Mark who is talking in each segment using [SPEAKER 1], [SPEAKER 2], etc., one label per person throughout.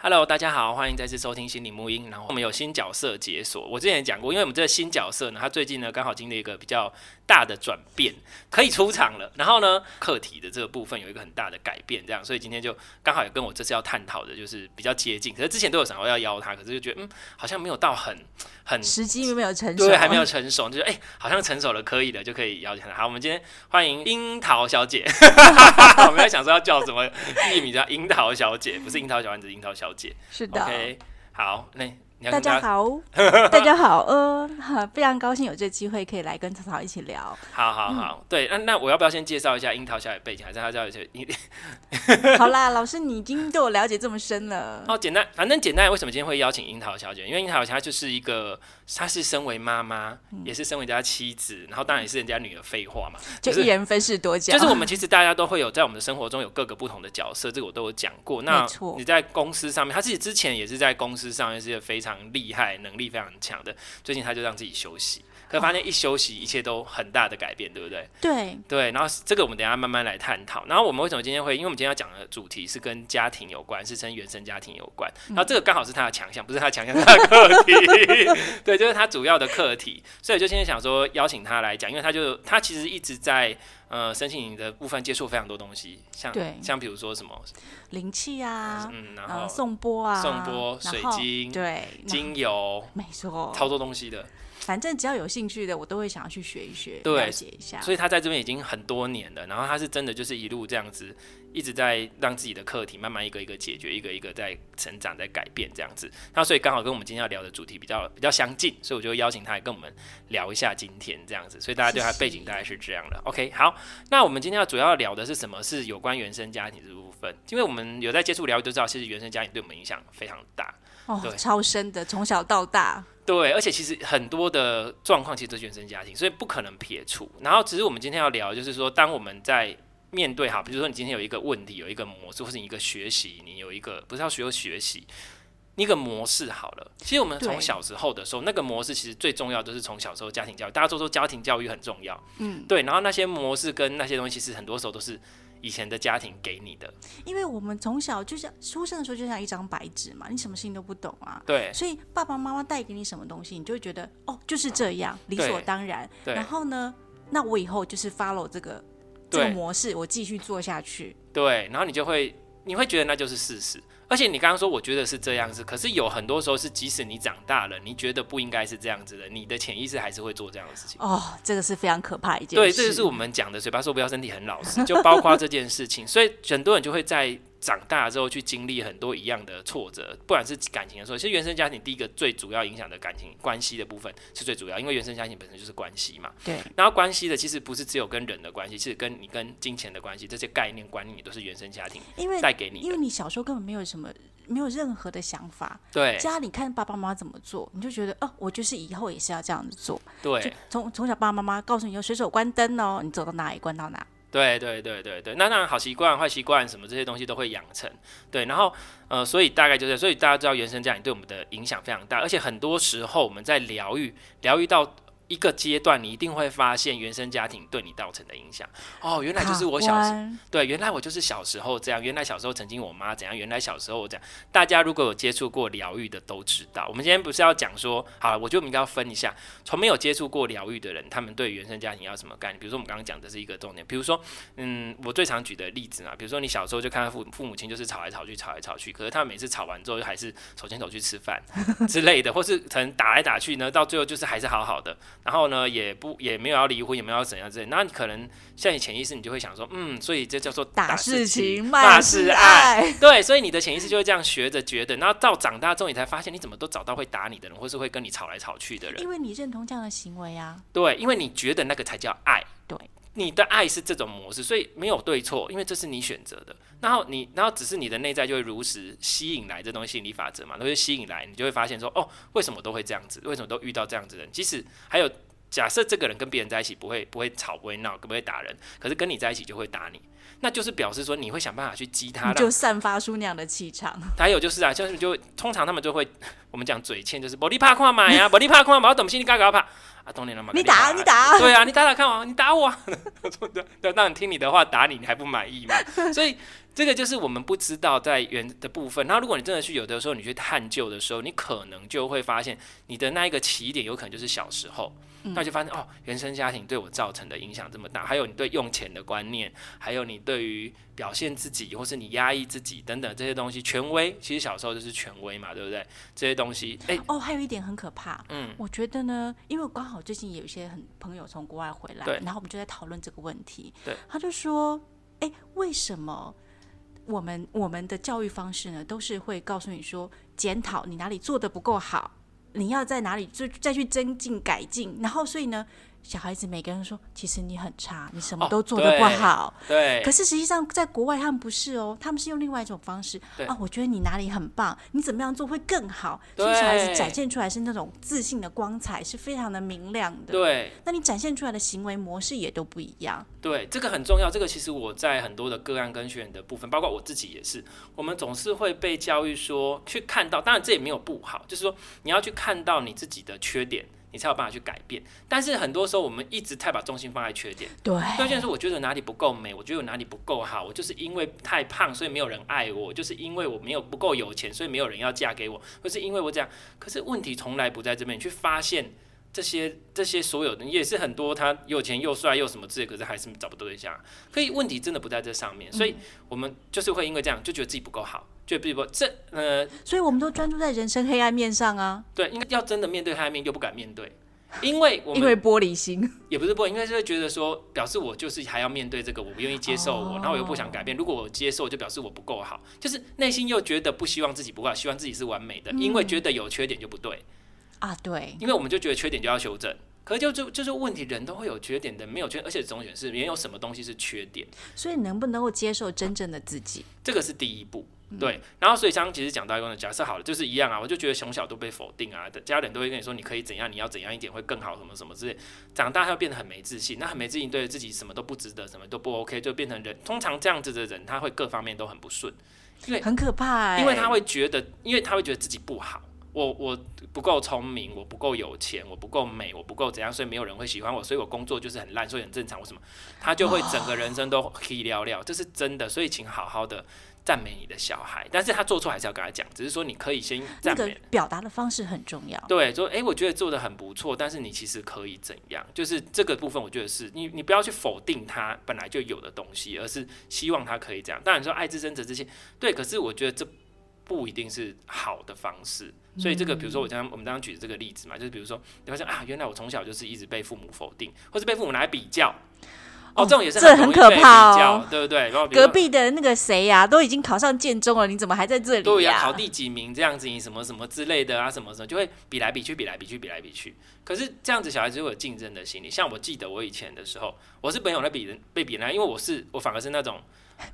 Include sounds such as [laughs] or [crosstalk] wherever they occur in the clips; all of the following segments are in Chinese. [SPEAKER 1] Hello，大家好，欢迎再次收听心理木音。然后我们有新角色解锁，我之前也讲过，因为我们这个新角色呢，他最近呢刚好经历一个比较大的转变，可以出场了。然后呢，课题的这个部分有一个很大的改变，这样，所以今天就刚好也跟我这次要探讨的就是比较接近。可是之前都有想过要邀他，可是就觉得嗯，好像没有到很很
[SPEAKER 2] 时机没有成熟，
[SPEAKER 1] 嗯对，还没有成熟，就是哎、好像成熟了，可以了，就可以邀请她。好，我们今天欢迎樱桃小姐。 [laughs] 我们要想说要叫什么艺名叫樱桃小姐，不是樱桃小丸子，樱桃小姐。
[SPEAKER 2] 是的。
[SPEAKER 1] OK，好，那你要
[SPEAKER 2] 大
[SPEAKER 1] 跟
[SPEAKER 2] 家好，
[SPEAKER 1] [laughs]
[SPEAKER 2] 大家好，呃， [laughs] 哈非常高兴有这机会可以来跟草草一起
[SPEAKER 1] [laughs]
[SPEAKER 2] 聊。
[SPEAKER 1] 好好
[SPEAKER 2] 嗯
[SPEAKER 1] 好，对，那那我要不要先介绍一下樱桃小姐背景，还是她叫一些你？ [laughs]
[SPEAKER 2] 好啦，老师，你已经对我了解这么深了，
[SPEAKER 1] 哦，简单，反正简单。为什么今天会邀请樱桃小姐？因为樱桃小姐她就是一个，她是身为妈妈，
[SPEAKER 2] 嗯
[SPEAKER 1] 也是身为人家妻子，然后当然也是人家女儿，废话嘛，
[SPEAKER 2] 就是一人分饰多角。
[SPEAKER 1] 就是我们其实大家都会有在我们的生活中有各个不同的角色，这个我都有讲过。那
[SPEAKER 2] 没错
[SPEAKER 1] 你在公司上面，他自己之前也是在公司上面是一个非常厉害、能力非常强的，最近他就让自己休息。可发现一休息，一切都很大的改变，对不对？
[SPEAKER 2] 对，
[SPEAKER 1] 对，然后这个我们等一下慢慢来探讨。然后我们为什么今天会？因为我们今天要讲的主题是跟家庭有关，是跟原生家庭有关。然后这个刚好是他的强项，不是他的强项，是他的课
[SPEAKER 2] [laughs]
[SPEAKER 1] 题。 [laughs] 对，就是他主要的课题。所以就今天想说邀请他来讲，因为他就他其实一直在呃身心灵的部分接触非常多东西，像
[SPEAKER 2] 对
[SPEAKER 1] 像比如说什么
[SPEAKER 2] 灵气啊，
[SPEAKER 1] 嗯，然后
[SPEAKER 2] 呃，颂钵啊，
[SPEAKER 1] 颂钵、
[SPEAKER 2] 然
[SPEAKER 1] 水
[SPEAKER 2] 后
[SPEAKER 1] 晶、
[SPEAKER 2] 对，
[SPEAKER 1] 精油，
[SPEAKER 2] 没错，
[SPEAKER 1] 超多东西的。
[SPEAKER 2] 反正只要有兴趣的，我都会想要去学一学，
[SPEAKER 1] 对
[SPEAKER 2] 了解一下。
[SPEAKER 1] 所以他在这边已经很多年了，然后他是真的就是一路这样子，一直在让自己的课题慢慢一个一个解决，一个一个在成长，在改变这样子。那所以刚好跟我们今天要聊的主题比较比较相近，所以我就邀请他来跟我们聊一下今天这样子。所以大家对他
[SPEAKER 2] 是
[SPEAKER 1] 背景大概是这样的。OK，好，那我们今天要主要聊的是什么？是有关原生家庭这部分，因为我们有在接触聊，就知道其实原生家庭对我们影响非常大。
[SPEAKER 2] 哦
[SPEAKER 1] 对，
[SPEAKER 2] 超深的，从小到大，
[SPEAKER 1] 对，而且其实很多的状况其实都是原生家庭，所以不可能撇除。然后，只是我们今天要聊，就是说，当我们在面对哈，比如说你今天有一个问题，有一个模式，或是你一个学习，你有一个不是要学有学习，你一个模式好了。其实我们从
[SPEAKER 2] 对
[SPEAKER 1] 小时候的时候，那个模式其实最重要，就是从小时候家庭教育，大家都说家庭教育很重要，
[SPEAKER 2] 嗯，
[SPEAKER 1] 对。然后那些模式跟那些东西，其实很多时候都是以前的家庭给你的，
[SPEAKER 2] 因为我们从小就像出生的时候就像一张白纸嘛，你什么事情都不懂啊，
[SPEAKER 1] 对
[SPEAKER 2] 所以爸爸妈妈带给你什么东西，你就会觉得哦，就是这样，理所当然。
[SPEAKER 1] 嗯对
[SPEAKER 2] 然后呢，那我以后就是 follow 这个这个
[SPEAKER 1] 对
[SPEAKER 2] 模式，我继续做下去。
[SPEAKER 1] 对，然后你就会你会觉得那就是事实。而且你刚刚说，我觉得是这样子，可是有很多时候是，即使你长大了，你觉得不应该是这样子的，你的潜意识还是会做这样的事情。
[SPEAKER 2] 哦，这个是非常可怕的一件事。
[SPEAKER 1] 对，这就是我们讲的，嘴巴说不要，身体很老实，就包括这件事情。 [laughs] 所以很多人就会在长大之后去经历很多一样的挫折，不管是感情的时候，其实原生家庭第一个最主要影响的感情关系的部分是最主要，因为原生家庭本身就是关系嘛。
[SPEAKER 2] 对
[SPEAKER 1] 然后关系的其实不是只有跟人的关系，是跟你跟金钱的关系，这些概念观念也都是原生家庭
[SPEAKER 2] 因为
[SPEAKER 1] 带给你
[SPEAKER 2] 因
[SPEAKER 1] 的
[SPEAKER 2] 为。你小时候根本没有什么，没有任何的想法，
[SPEAKER 1] 对
[SPEAKER 2] 家里看爸爸妈妈怎么做，你就觉得哦，我就是以后也是要这样子做。就
[SPEAKER 1] 对
[SPEAKER 2] 从从小爸爸妈妈告诉你要随手关灯哦，你走到哪里关到哪。
[SPEAKER 1] 对对对对对，那当然好习惯、坏习惯什么这些东西都会养成。对，然后呃，所以大概就是，所以大家知道原生家庭对我们的影响非常大，而且很多时候我们在疗愈、疗愈到。一个阶段，你一定会发现原生家庭对你造成的影响。哦，原来就是我小时
[SPEAKER 2] 卡关
[SPEAKER 1] 对，原来我就是小时候这样，原来小时候曾经我妈怎样，原来小时候我这样。大家如果有接触过疗愈的都知道，我们今天不是要讲说，好了，我觉得我们应该要分一下，从没有接触过疗愈的人，他们对原生家庭要什么概念？比如说我们刚刚讲的是一个重点，比如说，嗯，我最常举的例子嘛，比如说你小时候就看到父父母亲就是吵来吵去，吵来吵去，可是他们每次吵完之后还是手牵手去吃
[SPEAKER 2] [laughs]
[SPEAKER 1] 饭之类的，或是可能打来打去呢，到最后就是还是好好的，然后呢也不也没有要离婚，也没有要怎样之类的，那你可能像你潜意识你就会想说，嗯，所以这叫做
[SPEAKER 2] 打
[SPEAKER 1] 是
[SPEAKER 2] 是
[SPEAKER 1] 情
[SPEAKER 2] 情，
[SPEAKER 1] 骂
[SPEAKER 2] 骂
[SPEAKER 1] 是
[SPEAKER 2] 是
[SPEAKER 1] 爱。
[SPEAKER 2] 爱。
[SPEAKER 1] 对，所以你的潜意识就会这样学着觉得，然后到长大之后，你才发现你怎么都找到会打你的人，或是会跟你吵来吵去的人。
[SPEAKER 2] 因为你认同这样的行为啊，
[SPEAKER 1] 对，因为你觉得那个才叫爱。
[SPEAKER 2] 对，
[SPEAKER 1] 你的爱是这种模式，所以没有对错，因为这是你选择的。然后你，然后只是你的内在就会如实吸引来这东西心理法则嘛，那就吸引来，你就会发现说，哦，为什么都会这样子？为什么都遇到这样子的人？即使还有假设这个人跟别人在一起不会不会吵不会闹不会打人，可是跟你在一起就会打你，那就是表示说你会想办法去激他，
[SPEAKER 2] 你
[SPEAKER 1] 让
[SPEAKER 2] 就散发出那样的气场。
[SPEAKER 1] 还有就是啊，像是就通常他们就会 [laughs] 我们讲嘴欠，就是不你怕看买啊，不你怕看嘛，我等心你嘎嘎怕啊，当然了嘛，
[SPEAKER 2] 你打，你。打，
[SPEAKER 1] 对啊，你打打看啊，你打我、啊， [laughs] 对对，那你听你的话打你，你还不满 [laughs] 意吗？所以这个就是我们不知道在原的部分。那如果你真的去有的时候你去探究的时候，你可能就会发现你的那一个起点有可能就是小时候，那就发现哦，原生家庭对我造成的影响这么大，还有你对用钱的观念，还有你对于表现自己或是你压抑自己等等这些东西，权威其实小时候就是权威嘛，对不对？这些东西，哎、
[SPEAKER 2] 哦，还有一点很可怕，
[SPEAKER 1] 嗯，
[SPEAKER 2] 我觉得呢，因为刚好最近有一些很朋友从国外回来
[SPEAKER 1] 对，
[SPEAKER 2] 然后我们就在讨论这个问题。
[SPEAKER 1] 对，
[SPEAKER 2] 他就说，哎，为什么我们我们的教育方式呢，都是会告诉你说，检讨你哪里做的不够好，你要在哪里就再去增进改进。然后所以呢，小孩子每个人说，其实你很差，你什么
[SPEAKER 1] 哦
[SPEAKER 2] 都做的不
[SPEAKER 1] 对
[SPEAKER 2] 好。
[SPEAKER 1] 对
[SPEAKER 2] 可，是实际上，在国外他们不是哦，他们是用另外一种方式
[SPEAKER 1] 对
[SPEAKER 2] 啊。我觉得你哪里很棒，你怎么样做会更好，所以小孩子
[SPEAKER 1] 对
[SPEAKER 2] 展现出来是那种自信的光彩，是非常的明亮的。，
[SPEAKER 1] 对。
[SPEAKER 2] 那你展现出来的行为模式也都不一样。
[SPEAKER 1] 对，这个很重要。这个其实我在很多的个案跟学员的部分，包括我自己也是，我们总是会被教育说去看到，当然这也没有不好，就是说你要去看到你自己的缺点，你才有办法去改变。但是很多时候我们一直太把重心放在缺点，
[SPEAKER 2] 对，
[SPEAKER 1] 对，就是我觉得哪里不够美，我觉得我哪里不够好，我就是因为太胖，所以没有人爱我，就是因为我没有不够有钱，所以没有人要嫁给我，或是因为我这样。可是问题从来不在这边，你去发现这些这些所有的，也是很多他又有钱又帅又什么之类，可是还是找不到对象。可以问题真的不在这上面，所以我们就是会因为这样就觉得自己不够好，就觉得自己不这呃
[SPEAKER 2] 所以我们都专注在人生黑暗面上啊，
[SPEAKER 1] 对，应该要真的面对黑暗面又不敢面对，因为我
[SPEAKER 2] 因
[SPEAKER 1] 们
[SPEAKER 2] 为玻璃心。
[SPEAKER 1] 也不是不应该是会觉得说，表示我就是还要面对这个，我不愿意接受我，
[SPEAKER 2] 哦
[SPEAKER 1] 然后我又不想改变。如果我接受，就表示我不够好，就是内心又觉得不希望自己不够好，希望自己是完美的，因为觉得有缺点就不对，
[SPEAKER 2] 啊，对，
[SPEAKER 1] 因为我们就觉得缺点就要修正。可是就就就是问题，人都会有缺点的，没有缺，而且总选是没有什么东西是缺点。
[SPEAKER 2] 所以能不能够接受真正的自己？
[SPEAKER 1] 这个是第一步。对，然后所以刚刚其实讲到一个假设好了，就是一样啊，我就觉得从小都被否定啊，家人都会跟你说你可以怎样，你要怎样一点会更好，什么什么之类。长大他变得很没自信，那很没自信，对自己什么都不值得，什么都不 OK，就变成人。通常这样子的人，他会各方面都很不顺，对
[SPEAKER 2] 很可怕、欸，
[SPEAKER 1] 因为他会觉得，因为他会觉得自己不好，我我不够聪明，我不够有钱，我不够美，我不够怎样，所以没有人会喜欢我，所以我工作就是很烂，所以很正常，我什么，他就会整个人生都黑聊聊，这是真的，所以请好好的赞美你的小孩，但是他做错还是要跟他讲，只是说你可以先
[SPEAKER 2] 那
[SPEAKER 1] 赞
[SPEAKER 2] 个
[SPEAKER 1] 美。
[SPEAKER 2] 表达的方式很重要。
[SPEAKER 1] 对，说诶，我觉得做的很不错，但是你其实可以怎样？就是这个部分，我觉得是你，你不要去否定他本来就有的东西，而是希望他可以这样。当然说爱之深责之切，对，可是我觉得这不一定是好的方式。所以这个，比如
[SPEAKER 2] 嗯
[SPEAKER 1] 说我刚刚我们刚刚举的这个例子嘛，就是比如说你发现啊，原来我从小就是一直被父母否定，或是被父母拿来比较。哦，
[SPEAKER 2] 哦
[SPEAKER 1] 这种也是
[SPEAKER 2] 这
[SPEAKER 1] 很
[SPEAKER 2] 很
[SPEAKER 1] 容易
[SPEAKER 2] 可
[SPEAKER 1] 被比
[SPEAKER 2] 怕
[SPEAKER 1] 较
[SPEAKER 2] 哦
[SPEAKER 1] 对不对？然后比如
[SPEAKER 2] 隔
[SPEAKER 1] 说
[SPEAKER 2] 壁的那个谁呀、都已经考上建中了，你怎么还在这
[SPEAKER 1] 对
[SPEAKER 2] 里啊
[SPEAKER 1] 呀、
[SPEAKER 2] 呀、
[SPEAKER 1] 考第几名这样子，你什么什么之类的啊，什么什么就会比来比去，比来比去，比来比去。可是这样子，小孩子会有竞争的心理。像我记得我以前的时候，我是没有在比人被比人啊，因为我是我反而是那种，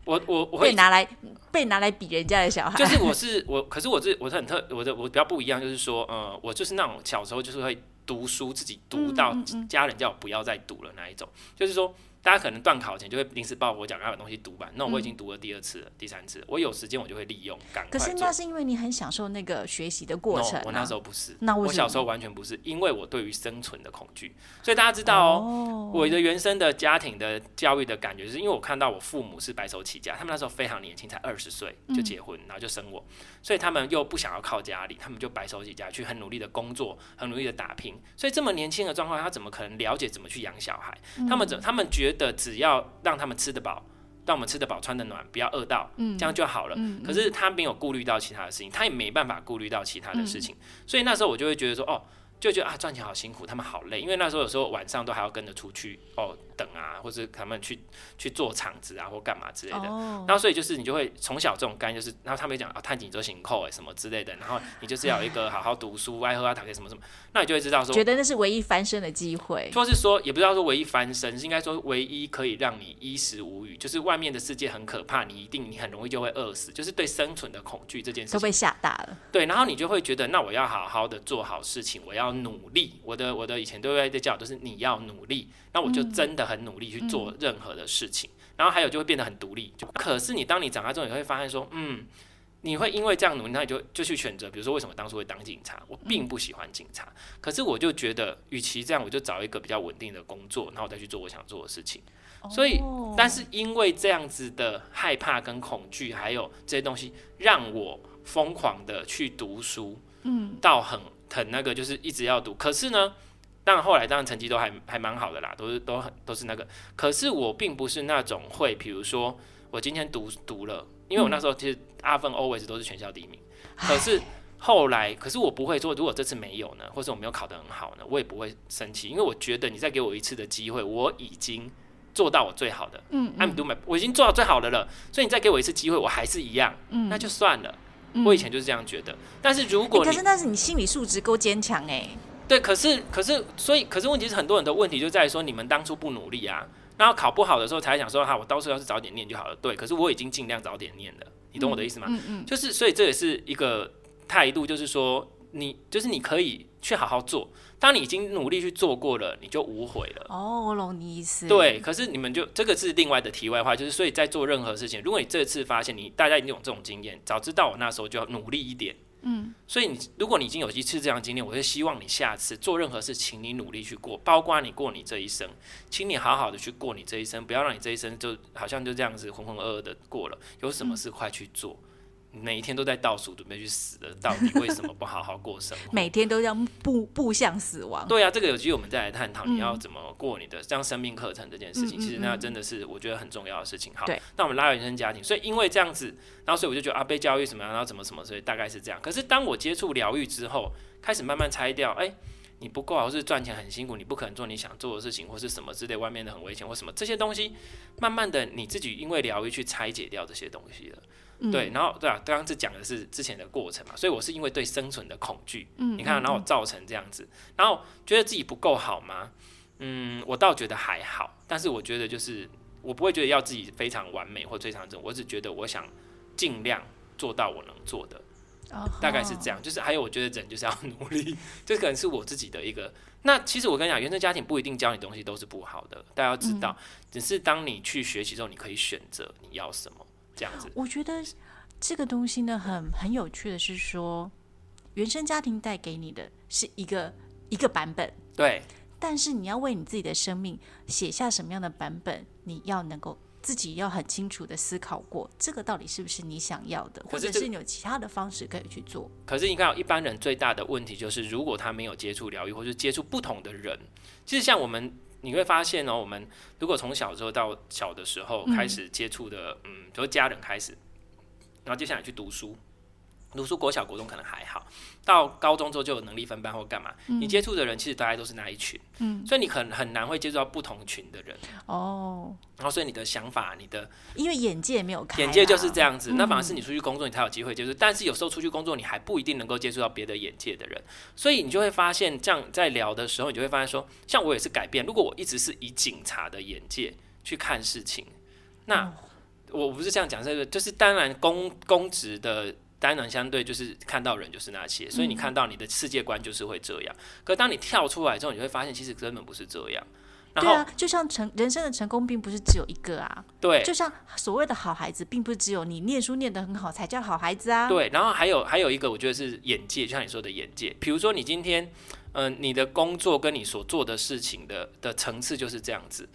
[SPEAKER 1] 我我我
[SPEAKER 2] [laughs] 被
[SPEAKER 1] 会
[SPEAKER 2] 拿来被拿来比人家的小孩，
[SPEAKER 1] 就是我是我，可是我是我是很特我的我比较不一样，就是说，呃，我就是那种小时候就是会读书，自己读
[SPEAKER 2] 嗯
[SPEAKER 1] 到家人叫我不要再读了那一种，就是说。大家可能断考前就会临时抱佛脚，赶快把东西读完。那我已经读了第二次了、第三次了，我有时间我就会利用，赶
[SPEAKER 2] [laughs]
[SPEAKER 1] 快
[SPEAKER 2] 可
[SPEAKER 1] 做。
[SPEAKER 2] 是那是因为你很享受那个学习的过
[SPEAKER 1] No，
[SPEAKER 2] 程、啊
[SPEAKER 1] 我那时候不是，
[SPEAKER 2] 那
[SPEAKER 1] 我
[SPEAKER 2] 为什么
[SPEAKER 1] 小时候完全不是，因为我对于生存的恐惧。所以大家知道哦，
[SPEAKER 2] 哦
[SPEAKER 1] 我的原生的家庭的教育的感觉，是因为我看到我父母是白手起家，他们那时候非常年轻，才二十岁就
[SPEAKER 2] 嗯
[SPEAKER 1] 结婚，然后就生我，所以他们又不想要靠家里，他们就白手起家去很努力的工作，很努力的打拼。所以这么年轻的状况，他怎么可能了解怎么去养小孩？他们怎他们觉得只要让他们吃得饱。让我们吃得饱、穿得暖，不要饿到，这样就好了。可是他没有顾虑到其他的事情，他也没办法顾虑到其他的事情，所以那时候我就会觉得说，哦，就觉得啊，赚钱好辛苦，他们好累，因为那时候有时候晚上都还要跟着出去哦等啊，或者他们去去做场子啊或干嘛之类的。
[SPEAKER 2] 哦，
[SPEAKER 1] 然后所以就是你就会从小这种概念，就是然后他们也讲啊，探井做行扣哎什么之类的，然后你就是要有一个好好读书、爱喝啊、打开什么什么，那你就会知道说，
[SPEAKER 2] 觉得那是唯一翻身的机会。
[SPEAKER 1] 或是说也不知道说唯一翻身，是应该说唯一可以让你衣食无虞，就是外面的世界很可怕，你一定你很容易就会饿死，就是对生存的恐惧这件事
[SPEAKER 2] 都
[SPEAKER 1] 情
[SPEAKER 2] 被吓大了，
[SPEAKER 1] 对，然后你就会觉得，那我要好好的做好事情，我要努力。我的我的以前对外的教导都是你要努力，那我就真的很努力去做任何的事情。然后还有就会变得很独立。就可是你当你长大之后，你会发现说，嗯，你会因为这样努力，那你就就去选择，比如说为什么当初会当警察？我并不喜欢警察，可是我就觉得，与其这样，我就找一个比较稳定的工作，然后我再去做我想做的事情。所以
[SPEAKER 2] 哦
[SPEAKER 1] 但是因为这样子的害怕跟恐惧，还有这些东西，让我疯狂的去读书，
[SPEAKER 2] 嗯，
[SPEAKER 1] 到很很那个，就是一直要读。可是呢，但后来当然成绩都还还蛮好的啦，都是都很都是那个。可是我并不是那种会，比如说我今天读读了，因为我那时候其实阿芬 always 都是全校第一名，可是。后来，可是我不会说，如果这次没有呢，或是我没有考得很好呢，我也不会生气，因为我觉得你再给我一次的机会，我已经做到我最好的。
[SPEAKER 2] 嗯
[SPEAKER 1] I'm do my，我已经做到最好的了，所以你再给我一次机会，我还是一样，
[SPEAKER 2] 嗯
[SPEAKER 1] 那就算了。
[SPEAKER 2] 嗯
[SPEAKER 1] 我以前就是这样觉得，但是如
[SPEAKER 2] 欸
[SPEAKER 1] 果
[SPEAKER 2] 可
[SPEAKER 1] 你
[SPEAKER 2] 是那是你心理素质够坚强哎，
[SPEAKER 1] 对，可是可是所以可是问题是很多人的问题就在于说你们当初不努力啊，然后考不好的时候才想说哈，我到时候要是早点念就好了。对，可是我已经尽量早点念了，你懂我的意思吗？
[SPEAKER 2] 嗯嗯，
[SPEAKER 1] 就是所以这也是一个态度，就是说你就是你可以去好好做，当你已经努力去做过了，你就无悔了。
[SPEAKER 2] 哦，我懂你意思。
[SPEAKER 1] 对，，可是你们就这个是另外的题外话，就是所以在做任何事情，如果你这次发现你大家已经有这种经验，早知道我那时候就要努力一点。
[SPEAKER 2] 嗯，
[SPEAKER 1] 所以你如果你已经有一次这样的经验，我会希望你下次做任何事，请你努力去过，包括你过你这一生，请你好好的去过你这一生，不要让你这一生就好像就这样子浑浑噩噩的过了。有什
[SPEAKER 2] 嗯
[SPEAKER 1] 么事快去做，每一天都在倒数准备去死的，到底为什么不好好过生
[SPEAKER 2] [laughs]
[SPEAKER 1] 活？
[SPEAKER 2] 每天都要步步向死亡。
[SPEAKER 1] 对啊，这个有机会我们再来探讨
[SPEAKER 2] 嗯
[SPEAKER 1] 你要怎么过你的这样生命课程这件事情，
[SPEAKER 2] 嗯嗯
[SPEAKER 1] 其实那
[SPEAKER 2] 嗯
[SPEAKER 1] 真的是我觉得很重要的事情。好
[SPEAKER 2] 对，
[SPEAKER 1] 那我们拉回原生家庭，所以因为这样子，然后所以我就觉得啊，被教育什么样，然后怎么什么，所以大概是这样。可是当我接触疗愈之后，开始慢慢拆掉，哎、你不够好，或是赚钱很辛苦，你不可能做你想做的事情，或是什么之类，外面的很危险或什么这些东西，慢慢的你自己因为疗愈去拆解掉这些东西了。
[SPEAKER 2] 嗯
[SPEAKER 1] 对，，然后对啊，刚刚是讲的是之前的过程嘛，所以我是因为对生存的恐惧，
[SPEAKER 2] 嗯
[SPEAKER 1] 你看，然后我造成这样子，然后觉得自己不够好吗？嗯，我倒觉得还好，但是我觉得就是我不会觉得要自己非常完美或非常正，我只觉得我想尽量做到我能做的，
[SPEAKER 2] 哦
[SPEAKER 1] 大概是这样。就是还有我觉得人就是要 [laughs] 努力，这可能是我自己的一个。那其实我跟你讲，原生家庭不一定教你东西都是不好的，大家要知道，只是当你去学习之后，你可以选择你要什么这样子。
[SPEAKER 2] 我觉得这个东西呢，很很有趣的是说，原生家庭带给你的是一个一个版本，
[SPEAKER 1] 对，
[SPEAKER 2] 但是你要为你自己的生命写下什么样的版本，你要能够。自己要很清楚的思考过，这个到底是不是你想要的，或
[SPEAKER 1] 是
[SPEAKER 2] 者
[SPEAKER 1] 这
[SPEAKER 2] 是你有其他的方式可以去做。
[SPEAKER 1] 可是你看，一般人最大的问题就是，如果他没有接触疗愈，或是接触不同的人，其实像我们，你会发现哦，我们如果从小时候到小的时候开始接触的，嗯，比如家人开始，然后接下来去读书，读书国小、国中可能还好，到高中之后就有能力分班或干嘛，你接触的人其实大概都是那一群，
[SPEAKER 2] 嗯，
[SPEAKER 1] 所以你很很难会接触到不同群的人，
[SPEAKER 2] 哦，
[SPEAKER 1] 然后所以你的想法、你的
[SPEAKER 2] 因为眼界没有开啦，啊嗯
[SPEAKER 1] 眼界就是这样子，那反而是你出去工作，你才有机会接触。但是有时候出去工作，你还不一定能够接触到别的眼界的人，所以你就会发现，这样在聊的时候，你就会发现说，像我也是改变。如果我一直是以警察的眼界去看事情，那
[SPEAKER 2] 哦
[SPEAKER 1] 我不是这样讲，这个就是当然公公职的。当然，相对就是看到人就是那些，所以你
[SPEAKER 2] 嗯
[SPEAKER 1] 看到你的世界观就是会这样。可当你跳出来之后，你会发现其实根本不是这样。然
[SPEAKER 2] 对
[SPEAKER 1] 后
[SPEAKER 2] 啊，就像成人生的成功，并不是只有一个啊。
[SPEAKER 1] 对，
[SPEAKER 2] 就像所谓的好孩子，并不是只有你念书念得很好才叫好孩子啊。，
[SPEAKER 1] 对，然后还有还有一个，我觉得是眼界，就像你说的眼界。比如说你今天，嗯、你的工作跟你所做的事情的的层次就是这样子。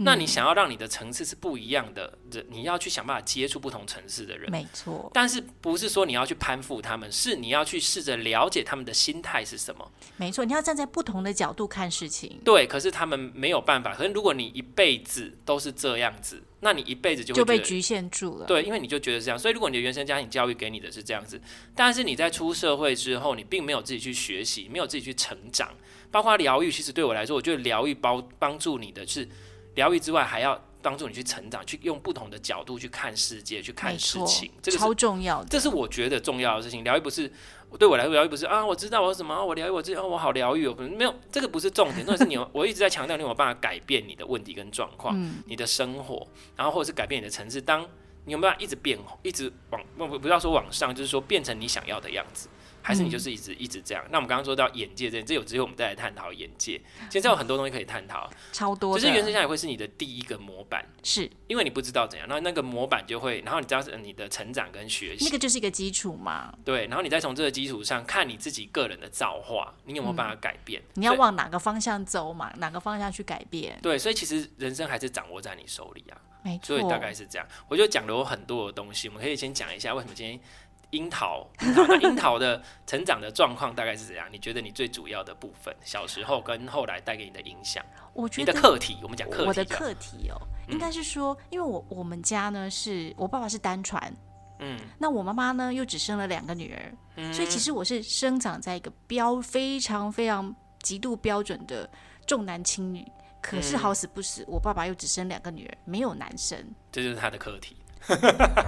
[SPEAKER 1] 那你想要让你的层次是不一样的，人你要去想办法接触不同层次的人。
[SPEAKER 2] 没错，
[SPEAKER 1] 但是不是说你要去攀附他们，是你要去试着了解他们的心态是什么。
[SPEAKER 2] 没错，你要站在不同的角度看事情，
[SPEAKER 1] 对，可是他们没有办法。可是如果你一辈子都是这样子，那你一辈子就会
[SPEAKER 2] 就被
[SPEAKER 1] 觉得
[SPEAKER 2] 局限住了。
[SPEAKER 1] 对，因为你就觉得这样，所以如果你的原生家庭教育给你的是这样子，但是你在出社会之后，你并没有自己去学习，没有自己去成长，包括疗愈。其实对我来说，我觉得疗愈帮帮助你的是疗愈之外，还要帮助你去成长，去用不同的角度去看世界，去
[SPEAKER 2] 没
[SPEAKER 1] 看事
[SPEAKER 2] 错
[SPEAKER 1] 情，，这个是
[SPEAKER 2] 超重要的。
[SPEAKER 1] 这是我觉得重要的事情。疗愈不是对我来说，疗愈不是啊，我知道我什么，啊我疗愈我自己，哦，我好疗愈哦，没有这个不是重点，重点是你有，我一直在强调，你有没有办法改变你的问题跟状况，
[SPEAKER 2] 嗯
[SPEAKER 1] 你的生活，然后或者是改变你的城市，当你有没有办法一直变，一直往不不不要说往上，就是说变成你想要的样子。还
[SPEAKER 2] 嗯
[SPEAKER 1] 是你就是一直、一直这样？那我们刚刚说到眼界这，这有机会我们再来探讨眼
[SPEAKER 2] [laughs]
[SPEAKER 1] 界。现在有很多东西可以探讨，
[SPEAKER 2] 超多
[SPEAKER 1] 只
[SPEAKER 2] 的，
[SPEAKER 1] 是原生家也会是你的第一个模板，
[SPEAKER 2] 是
[SPEAKER 1] 因为你不知道怎样，那那个模板就会，然后你知道是你的成长跟学习
[SPEAKER 2] 那，个就是一个基础嘛，
[SPEAKER 1] 对，然后你再从这个基础上看你自己个人的造化，你有没有办法改变？
[SPEAKER 2] 嗯你要
[SPEAKER 1] 所以
[SPEAKER 2] 往哪个方向走嘛，哪个方向去改变，
[SPEAKER 1] 对，所以其实人生还是掌握在你手里啊。
[SPEAKER 2] 没
[SPEAKER 1] 所
[SPEAKER 2] 错
[SPEAKER 1] 以，大概是这样。我就讲了我很多的东西，我们可以先讲一下为什么今天樱桃，樱桃那樱桃的成长的状况大概是怎样？你觉得你最主要的部分，小时候跟后来带给你的影响，
[SPEAKER 2] 我觉
[SPEAKER 1] 你
[SPEAKER 2] 得
[SPEAKER 1] 的课题，我们讲课题，啊嗯
[SPEAKER 2] 我的，课题哦，应该是说，因为我我们家呢是我爸爸是单传，
[SPEAKER 1] 嗯，
[SPEAKER 2] 那我妈妈呢又只生了两个女儿，所以其实我是生长在一个标非常非常极度标准的重男轻女。可
[SPEAKER 1] 嗯
[SPEAKER 2] 是好死不死，我爸爸又只生两个女儿，没有男生。
[SPEAKER 1] 这就是他的课题。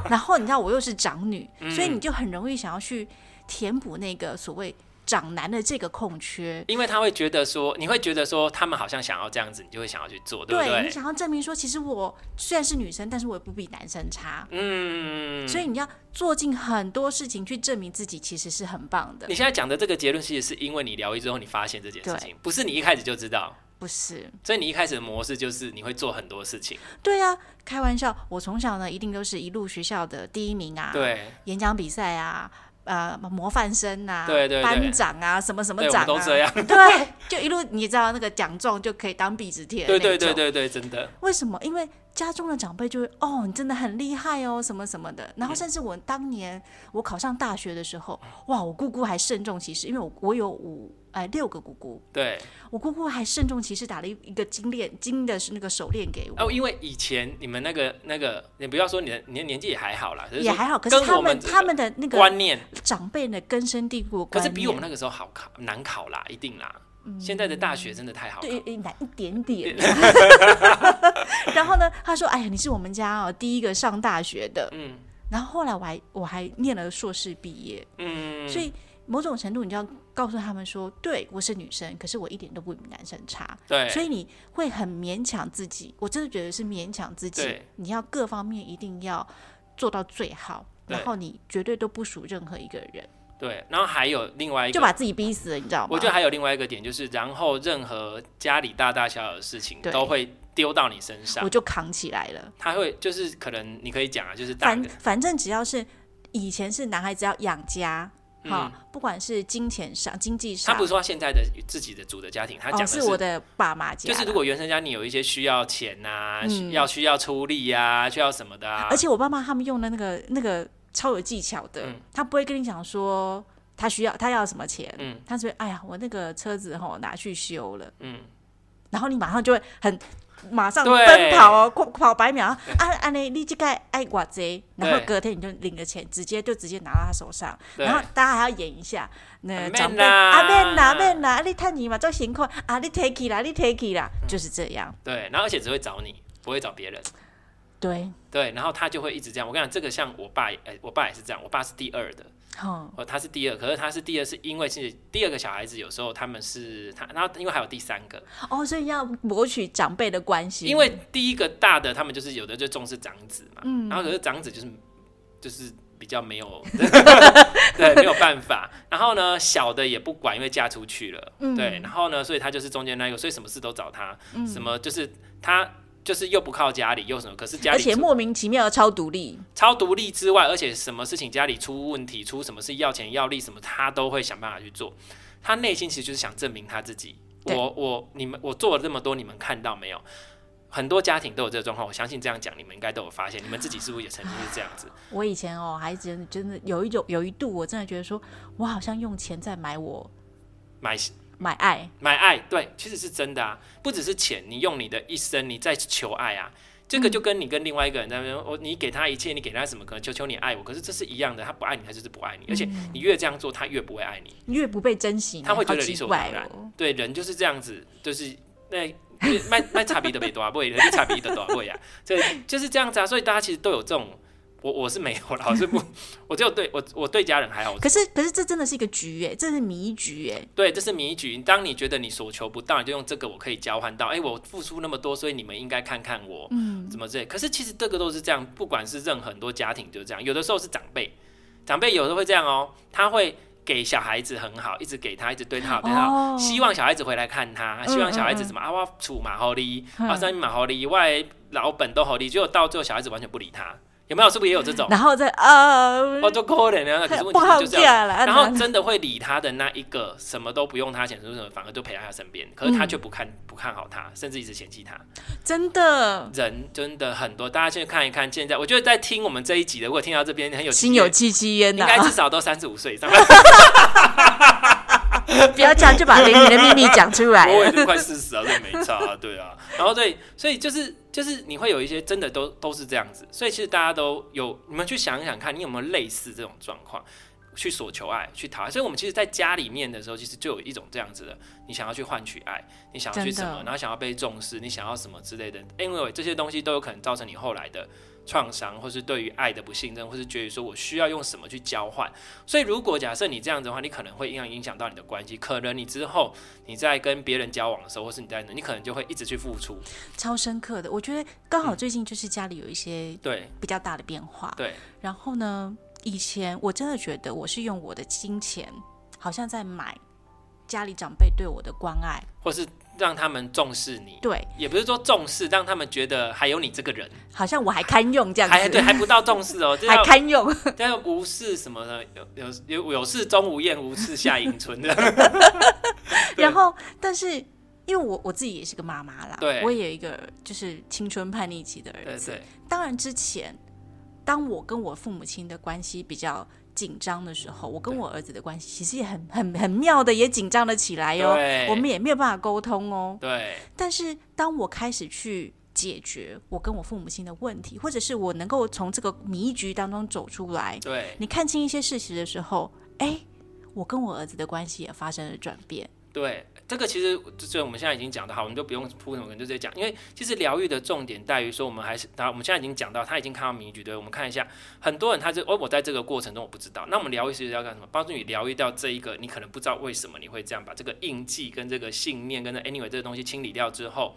[SPEAKER 2] 然后你知道我又是长女，
[SPEAKER 1] 嗯
[SPEAKER 2] 所以你就很容易想要去填补那个所谓长男的这个空缺。
[SPEAKER 1] 因为他会觉得说，你会觉得说，他们好像想要这样子，你就会想要去做，不
[SPEAKER 2] 你
[SPEAKER 1] 对？
[SPEAKER 2] 想要证明说，其实我虽然是女生，但是我也不比男生差。
[SPEAKER 1] 嗯，
[SPEAKER 2] 所以你要做尽很多事情去证明自己其实是很棒的
[SPEAKER 1] 你，现在讲的这个结论，其实是因为你疗愈之后，你发现这件事情，不是你一开始就知道。
[SPEAKER 2] 不是？
[SPEAKER 1] 所以你一开始的模式就是你会做很多事情，
[SPEAKER 2] 对啊，开玩笑，我从小呢一定都是一路学校的第一名啊，，
[SPEAKER 1] 对，
[SPEAKER 2] 演讲比赛啊，呃，模范生啊，
[SPEAKER 1] 对对对
[SPEAKER 2] 班长啊，什么什么
[SPEAKER 1] 对，我
[SPEAKER 2] 长
[SPEAKER 1] 们都
[SPEAKER 2] 啊，
[SPEAKER 1] 这样，
[SPEAKER 2] 对，就一路你知道那个奖状就可以当壁纸贴，
[SPEAKER 1] 对对对。对对，真的，
[SPEAKER 2] 为什么？因为家中的长辈就会哦，你真的很厉害哦，什么什么的。然后，甚至我当年我考上大学的时候，哇，我姑姑还慎重其事，因为我我有五哎六个姑姑，
[SPEAKER 1] 对。
[SPEAKER 2] 我姑姑还慎重其事打了一一个金链金的是那个手链给我，
[SPEAKER 1] 哦，因为以前你们那个那个，你不要说你的你的年纪也还好啦，只是
[SPEAKER 2] 也
[SPEAKER 1] 说
[SPEAKER 2] 还好。可是
[SPEAKER 1] 跟
[SPEAKER 2] 他
[SPEAKER 1] 我们
[SPEAKER 2] 们
[SPEAKER 1] 这个
[SPEAKER 2] 他们的那个
[SPEAKER 1] 观念，
[SPEAKER 2] 长辈的根深蒂固的
[SPEAKER 1] 可
[SPEAKER 2] 观念，
[SPEAKER 1] 是比我们那个时候好考难考啦，一定啦。现在的大学真的太好考，
[SPEAKER 2] 嗯对难一点点。 [laughs] 然后呢，他说：“哎呀，你是我们家哦第一个上大学的。
[SPEAKER 1] 嗯”
[SPEAKER 2] 然后后来我还我还念了硕士毕业，
[SPEAKER 1] 嗯，
[SPEAKER 2] 所以某种程度你就要告诉他们说，对我是女生，可是我一点都不比男生差。
[SPEAKER 1] 对，
[SPEAKER 2] 所以你会很勉强自己，我真的觉得是勉强自己
[SPEAKER 1] 对。
[SPEAKER 2] 你要各方面一定要做到最好，
[SPEAKER 1] 对
[SPEAKER 2] 然后你绝对都不输任何一个人，
[SPEAKER 1] 对，然后还有另外一
[SPEAKER 2] 就啊
[SPEAKER 1] 个，
[SPEAKER 2] 把自己逼死了，你知道
[SPEAKER 1] 哎
[SPEAKER 2] 吗？
[SPEAKER 1] 我觉得还有另外一个点就是，然后任何家里大大小小的事情
[SPEAKER 2] 对
[SPEAKER 1] 都会丢到你身上
[SPEAKER 2] 我，就扛起来了。
[SPEAKER 1] 他会就是可能你可以讲啊，就是大
[SPEAKER 2] 反
[SPEAKER 1] 的，
[SPEAKER 2] 反正只要是以前是男孩子要养家。哈、
[SPEAKER 1] 嗯，
[SPEAKER 2] 不管是金钱上、经济
[SPEAKER 1] 他
[SPEAKER 2] 上，
[SPEAKER 1] 不是说他现在的自己的组的家庭，他讲
[SPEAKER 2] 哦，
[SPEAKER 1] 的
[SPEAKER 2] 是我的爸妈家
[SPEAKER 1] 就
[SPEAKER 2] 啦，
[SPEAKER 1] 是如果原生家你有一些需要钱呐、
[SPEAKER 2] 嗯
[SPEAKER 1] 需要需要出力啊，需要什么的啊，
[SPEAKER 2] 而且我爸妈他们用的那个那个超有技巧的，
[SPEAKER 1] 嗯
[SPEAKER 2] 他不会跟你讲说他需要他要什么钱，
[SPEAKER 1] 嗯
[SPEAKER 2] 他只会哎呀我那个车子吼拿去修了，
[SPEAKER 1] 嗯，
[SPEAKER 2] 然后你马上就会很马上
[SPEAKER 1] 对
[SPEAKER 2] 奔跑哦，快跑
[SPEAKER 1] [laughs]
[SPEAKER 2] 百秒啊啊那你这个爱我贼，然后
[SPEAKER 1] 对
[SPEAKER 2] 隔天你就领了钱，直接就直接拿到他手上，
[SPEAKER 1] 对
[SPEAKER 2] 然后大家还要演一下，那
[SPEAKER 1] 很
[SPEAKER 2] 长
[SPEAKER 1] man
[SPEAKER 2] 辈
[SPEAKER 1] 啦
[SPEAKER 2] 啊免啦免啦，啊你趁钱嘛做辛苦啊你 take it 啦你 take it 啦，
[SPEAKER 1] 嗯
[SPEAKER 2] 就是这样，
[SPEAKER 1] 对，然后而且只会找你，不会找别人。
[SPEAKER 2] 对，
[SPEAKER 1] 对，然后他就会一直这样。我跟你讲，这个像我爸也，呃，我爸也是这样。我爸是第二的，
[SPEAKER 2] 哦，
[SPEAKER 1] 哦，他是第二，可是他是第二，是因为是第二个小孩子，有时候他们是他，然后因为还有第三个，
[SPEAKER 2] 哦，所以要博取长辈的关心，
[SPEAKER 1] 因为第一个大的他们就是有的就重视长子嘛，
[SPEAKER 2] 嗯
[SPEAKER 1] 然后可是长子就是就是比较没有， [laughs] 对，没有办法。然后呢，小的也不管，因为嫁出去了，
[SPEAKER 2] 嗯
[SPEAKER 1] 对，然后呢，所以他就是中间那一个，所以什么事都找他，什么就是他。就是又不靠家里，又什么？可是家
[SPEAKER 2] 而
[SPEAKER 1] 里
[SPEAKER 2] 且
[SPEAKER 1] 出
[SPEAKER 2] 莫名其妙的超独立，
[SPEAKER 1] 超独立之外，而且什么事情家里出问题，出什么事要钱要力，什么他都会想办法去做。他内心其实就是想证明他自己。
[SPEAKER 2] 对
[SPEAKER 1] 我我你们我做了这么多，你们看到没有？很多家庭都有这个状况，我相信这样讲你们应该都有发现，你们自己是不是也曾经是这样子？
[SPEAKER 2] 我以前哦，还真的真的有一种有一度，我真的觉得说，我好像用钱在买我
[SPEAKER 1] 买
[SPEAKER 2] 买爱，
[SPEAKER 1] 买爱，对，其实是真的啊，不只是钱，你用你的一生你在求爱啊。这个就跟你跟另外一个人在那边，我、你给他一切，你给他什么，可能求求你爱我，可是这是一样的，他不爱你，他就是不爱你，而且你越这样做，他越不会爱你。
[SPEAKER 2] 越不被珍惜呢，
[SPEAKER 1] 他会觉得理
[SPEAKER 2] 好奇
[SPEAKER 1] 所
[SPEAKER 2] 怪
[SPEAKER 1] 当然
[SPEAKER 2] 哦。
[SPEAKER 1] 对，人就是这样子，就是那卖卖差别的被多啊，不会，人差别的多不会啊， [laughs] 所以就是这样子啊。所以大家其实都有这种，我我是没有啦，我是不， [laughs] 我只有对我我对家人还好。
[SPEAKER 2] 可是可是这真的是一个局哎，这是迷局哎，
[SPEAKER 1] 对，这是迷局。当你觉得你所求不到，你就用这个我可以交换到。哎、我付出那么多，所以你们应该看看我，嗯，怎么之类。可是其实这个都是这样，不管是任何很多家庭就是这样，有的时候是长辈，长辈有时候会这样哦，他会给小孩子很好，一直给他，一直对他好，对他好，
[SPEAKER 2] 哦
[SPEAKER 1] 希望小孩子回来看他，希望小孩子怎么啊，我处马好利，
[SPEAKER 2] 嗯
[SPEAKER 1] 啊上面马好利，外老本都好利，结果到最后小孩子完全不理他，有没有？是不是也有这种？
[SPEAKER 2] 然后再呃，
[SPEAKER 1] 哦，都可怜啊！可是问
[SPEAKER 2] 不
[SPEAKER 1] 题
[SPEAKER 2] 好
[SPEAKER 1] 就这样，
[SPEAKER 2] 嫁了，啊
[SPEAKER 1] 然后真的会理他的那一个，什么都不用他显出什么，反而就陪在他身边，可是他
[SPEAKER 2] 嗯
[SPEAKER 1] 却不看、不看好他，甚至一直嫌弃他。
[SPEAKER 2] 真的
[SPEAKER 1] 人真的很多，大家去看一看。现在我觉得在听我们这一集的，如果听到这边很有
[SPEAKER 2] 心
[SPEAKER 1] 激
[SPEAKER 2] 有
[SPEAKER 1] 烈
[SPEAKER 2] 戚戚焉
[SPEAKER 1] 应
[SPEAKER 2] 呐，
[SPEAKER 1] 该至少都三十五岁以
[SPEAKER 2] [laughs]
[SPEAKER 1] 上，
[SPEAKER 2] 不要这样就把连你的秘密讲出来
[SPEAKER 1] [laughs] 我
[SPEAKER 2] 了
[SPEAKER 1] 也。就快四十了，这没差、啊，对啊。然后对，所以就是就是你会有一些真的都都是这样子，所以其实大家都有，你们去想一想看，你有没有类似这种状况？去索求爱，去讨爱，所以我们其实，在家里面的时候，其实就有一种这样子的，你想要去换取爱，你想要去
[SPEAKER 2] 真
[SPEAKER 1] 什
[SPEAKER 2] 的
[SPEAKER 1] 么，然后想要被重视，你想要什么之类的，因为这些东西都有可能造成你后来的创伤，或是对于爱的不信任，或是觉得说我需要用什么去交换。所以，如果假设你这样子的话，你可能会影响影响到你的关系，可能你之后你在跟别人交往的时候，或是你在你可能就会一直去付出，
[SPEAKER 2] 超深刻的，我觉得刚好最近就是家里有一些
[SPEAKER 1] 对
[SPEAKER 2] 比较大的变化，
[SPEAKER 1] 对，
[SPEAKER 2] 然后呢，以前我真的觉得我是用我的金钱，好像在买家里长辈对我的关爱，
[SPEAKER 1] 或是让他们重视你，
[SPEAKER 2] 对，
[SPEAKER 1] 也不是说重视，让他们觉得还有你这个人，
[SPEAKER 2] 好像我还堪用这样
[SPEAKER 1] 还
[SPEAKER 2] 子，
[SPEAKER 1] 对还不到重
[SPEAKER 2] [laughs]
[SPEAKER 1] 视哦，这
[SPEAKER 2] 还
[SPEAKER 1] 要
[SPEAKER 2] 堪用，
[SPEAKER 1] 这要无事什么的，有有有有事钟无艳，无事夏迎春
[SPEAKER 2] [laughs]
[SPEAKER 1] 的， [laughs] 对
[SPEAKER 2] 然后但是。因为我我自己也是个妈妈啦，
[SPEAKER 1] 对
[SPEAKER 2] 我也有一个就是青春叛逆期的儿
[SPEAKER 1] 对
[SPEAKER 2] 子。
[SPEAKER 1] 对
[SPEAKER 2] 当然之前，当我跟我父母亲的关系比较紧张的时候，我跟
[SPEAKER 1] 对
[SPEAKER 2] 我儿子的关系其实也很很很妙的，也紧张了起来哟、
[SPEAKER 1] 对
[SPEAKER 2] 哎我们也没有办法沟通哦。
[SPEAKER 1] 对
[SPEAKER 2] 但是当我开始去解决我跟我父母亲的问题，或者是我能够从这个迷局当中走出来，
[SPEAKER 1] 对
[SPEAKER 2] 你看清一些事实的时候，哎，我跟我儿子的关系也发生了转变。
[SPEAKER 1] 对，这个其实就是我们现在已经讲的好，我们就不用铺什么梗，就直接讲。因为其实疗愈的重点在于说，我们还是，然后我们现在已经讲到，他已经看到迷局，对，我们看一下，很多人他就，哦，我在这个过程中我不知道，那我们疗愈其实要干什么？帮助你疗愈掉这一个，你可能不知道为什么你会这样，把这个印记跟这个信念跟这 anyway 这个东西清理掉之后。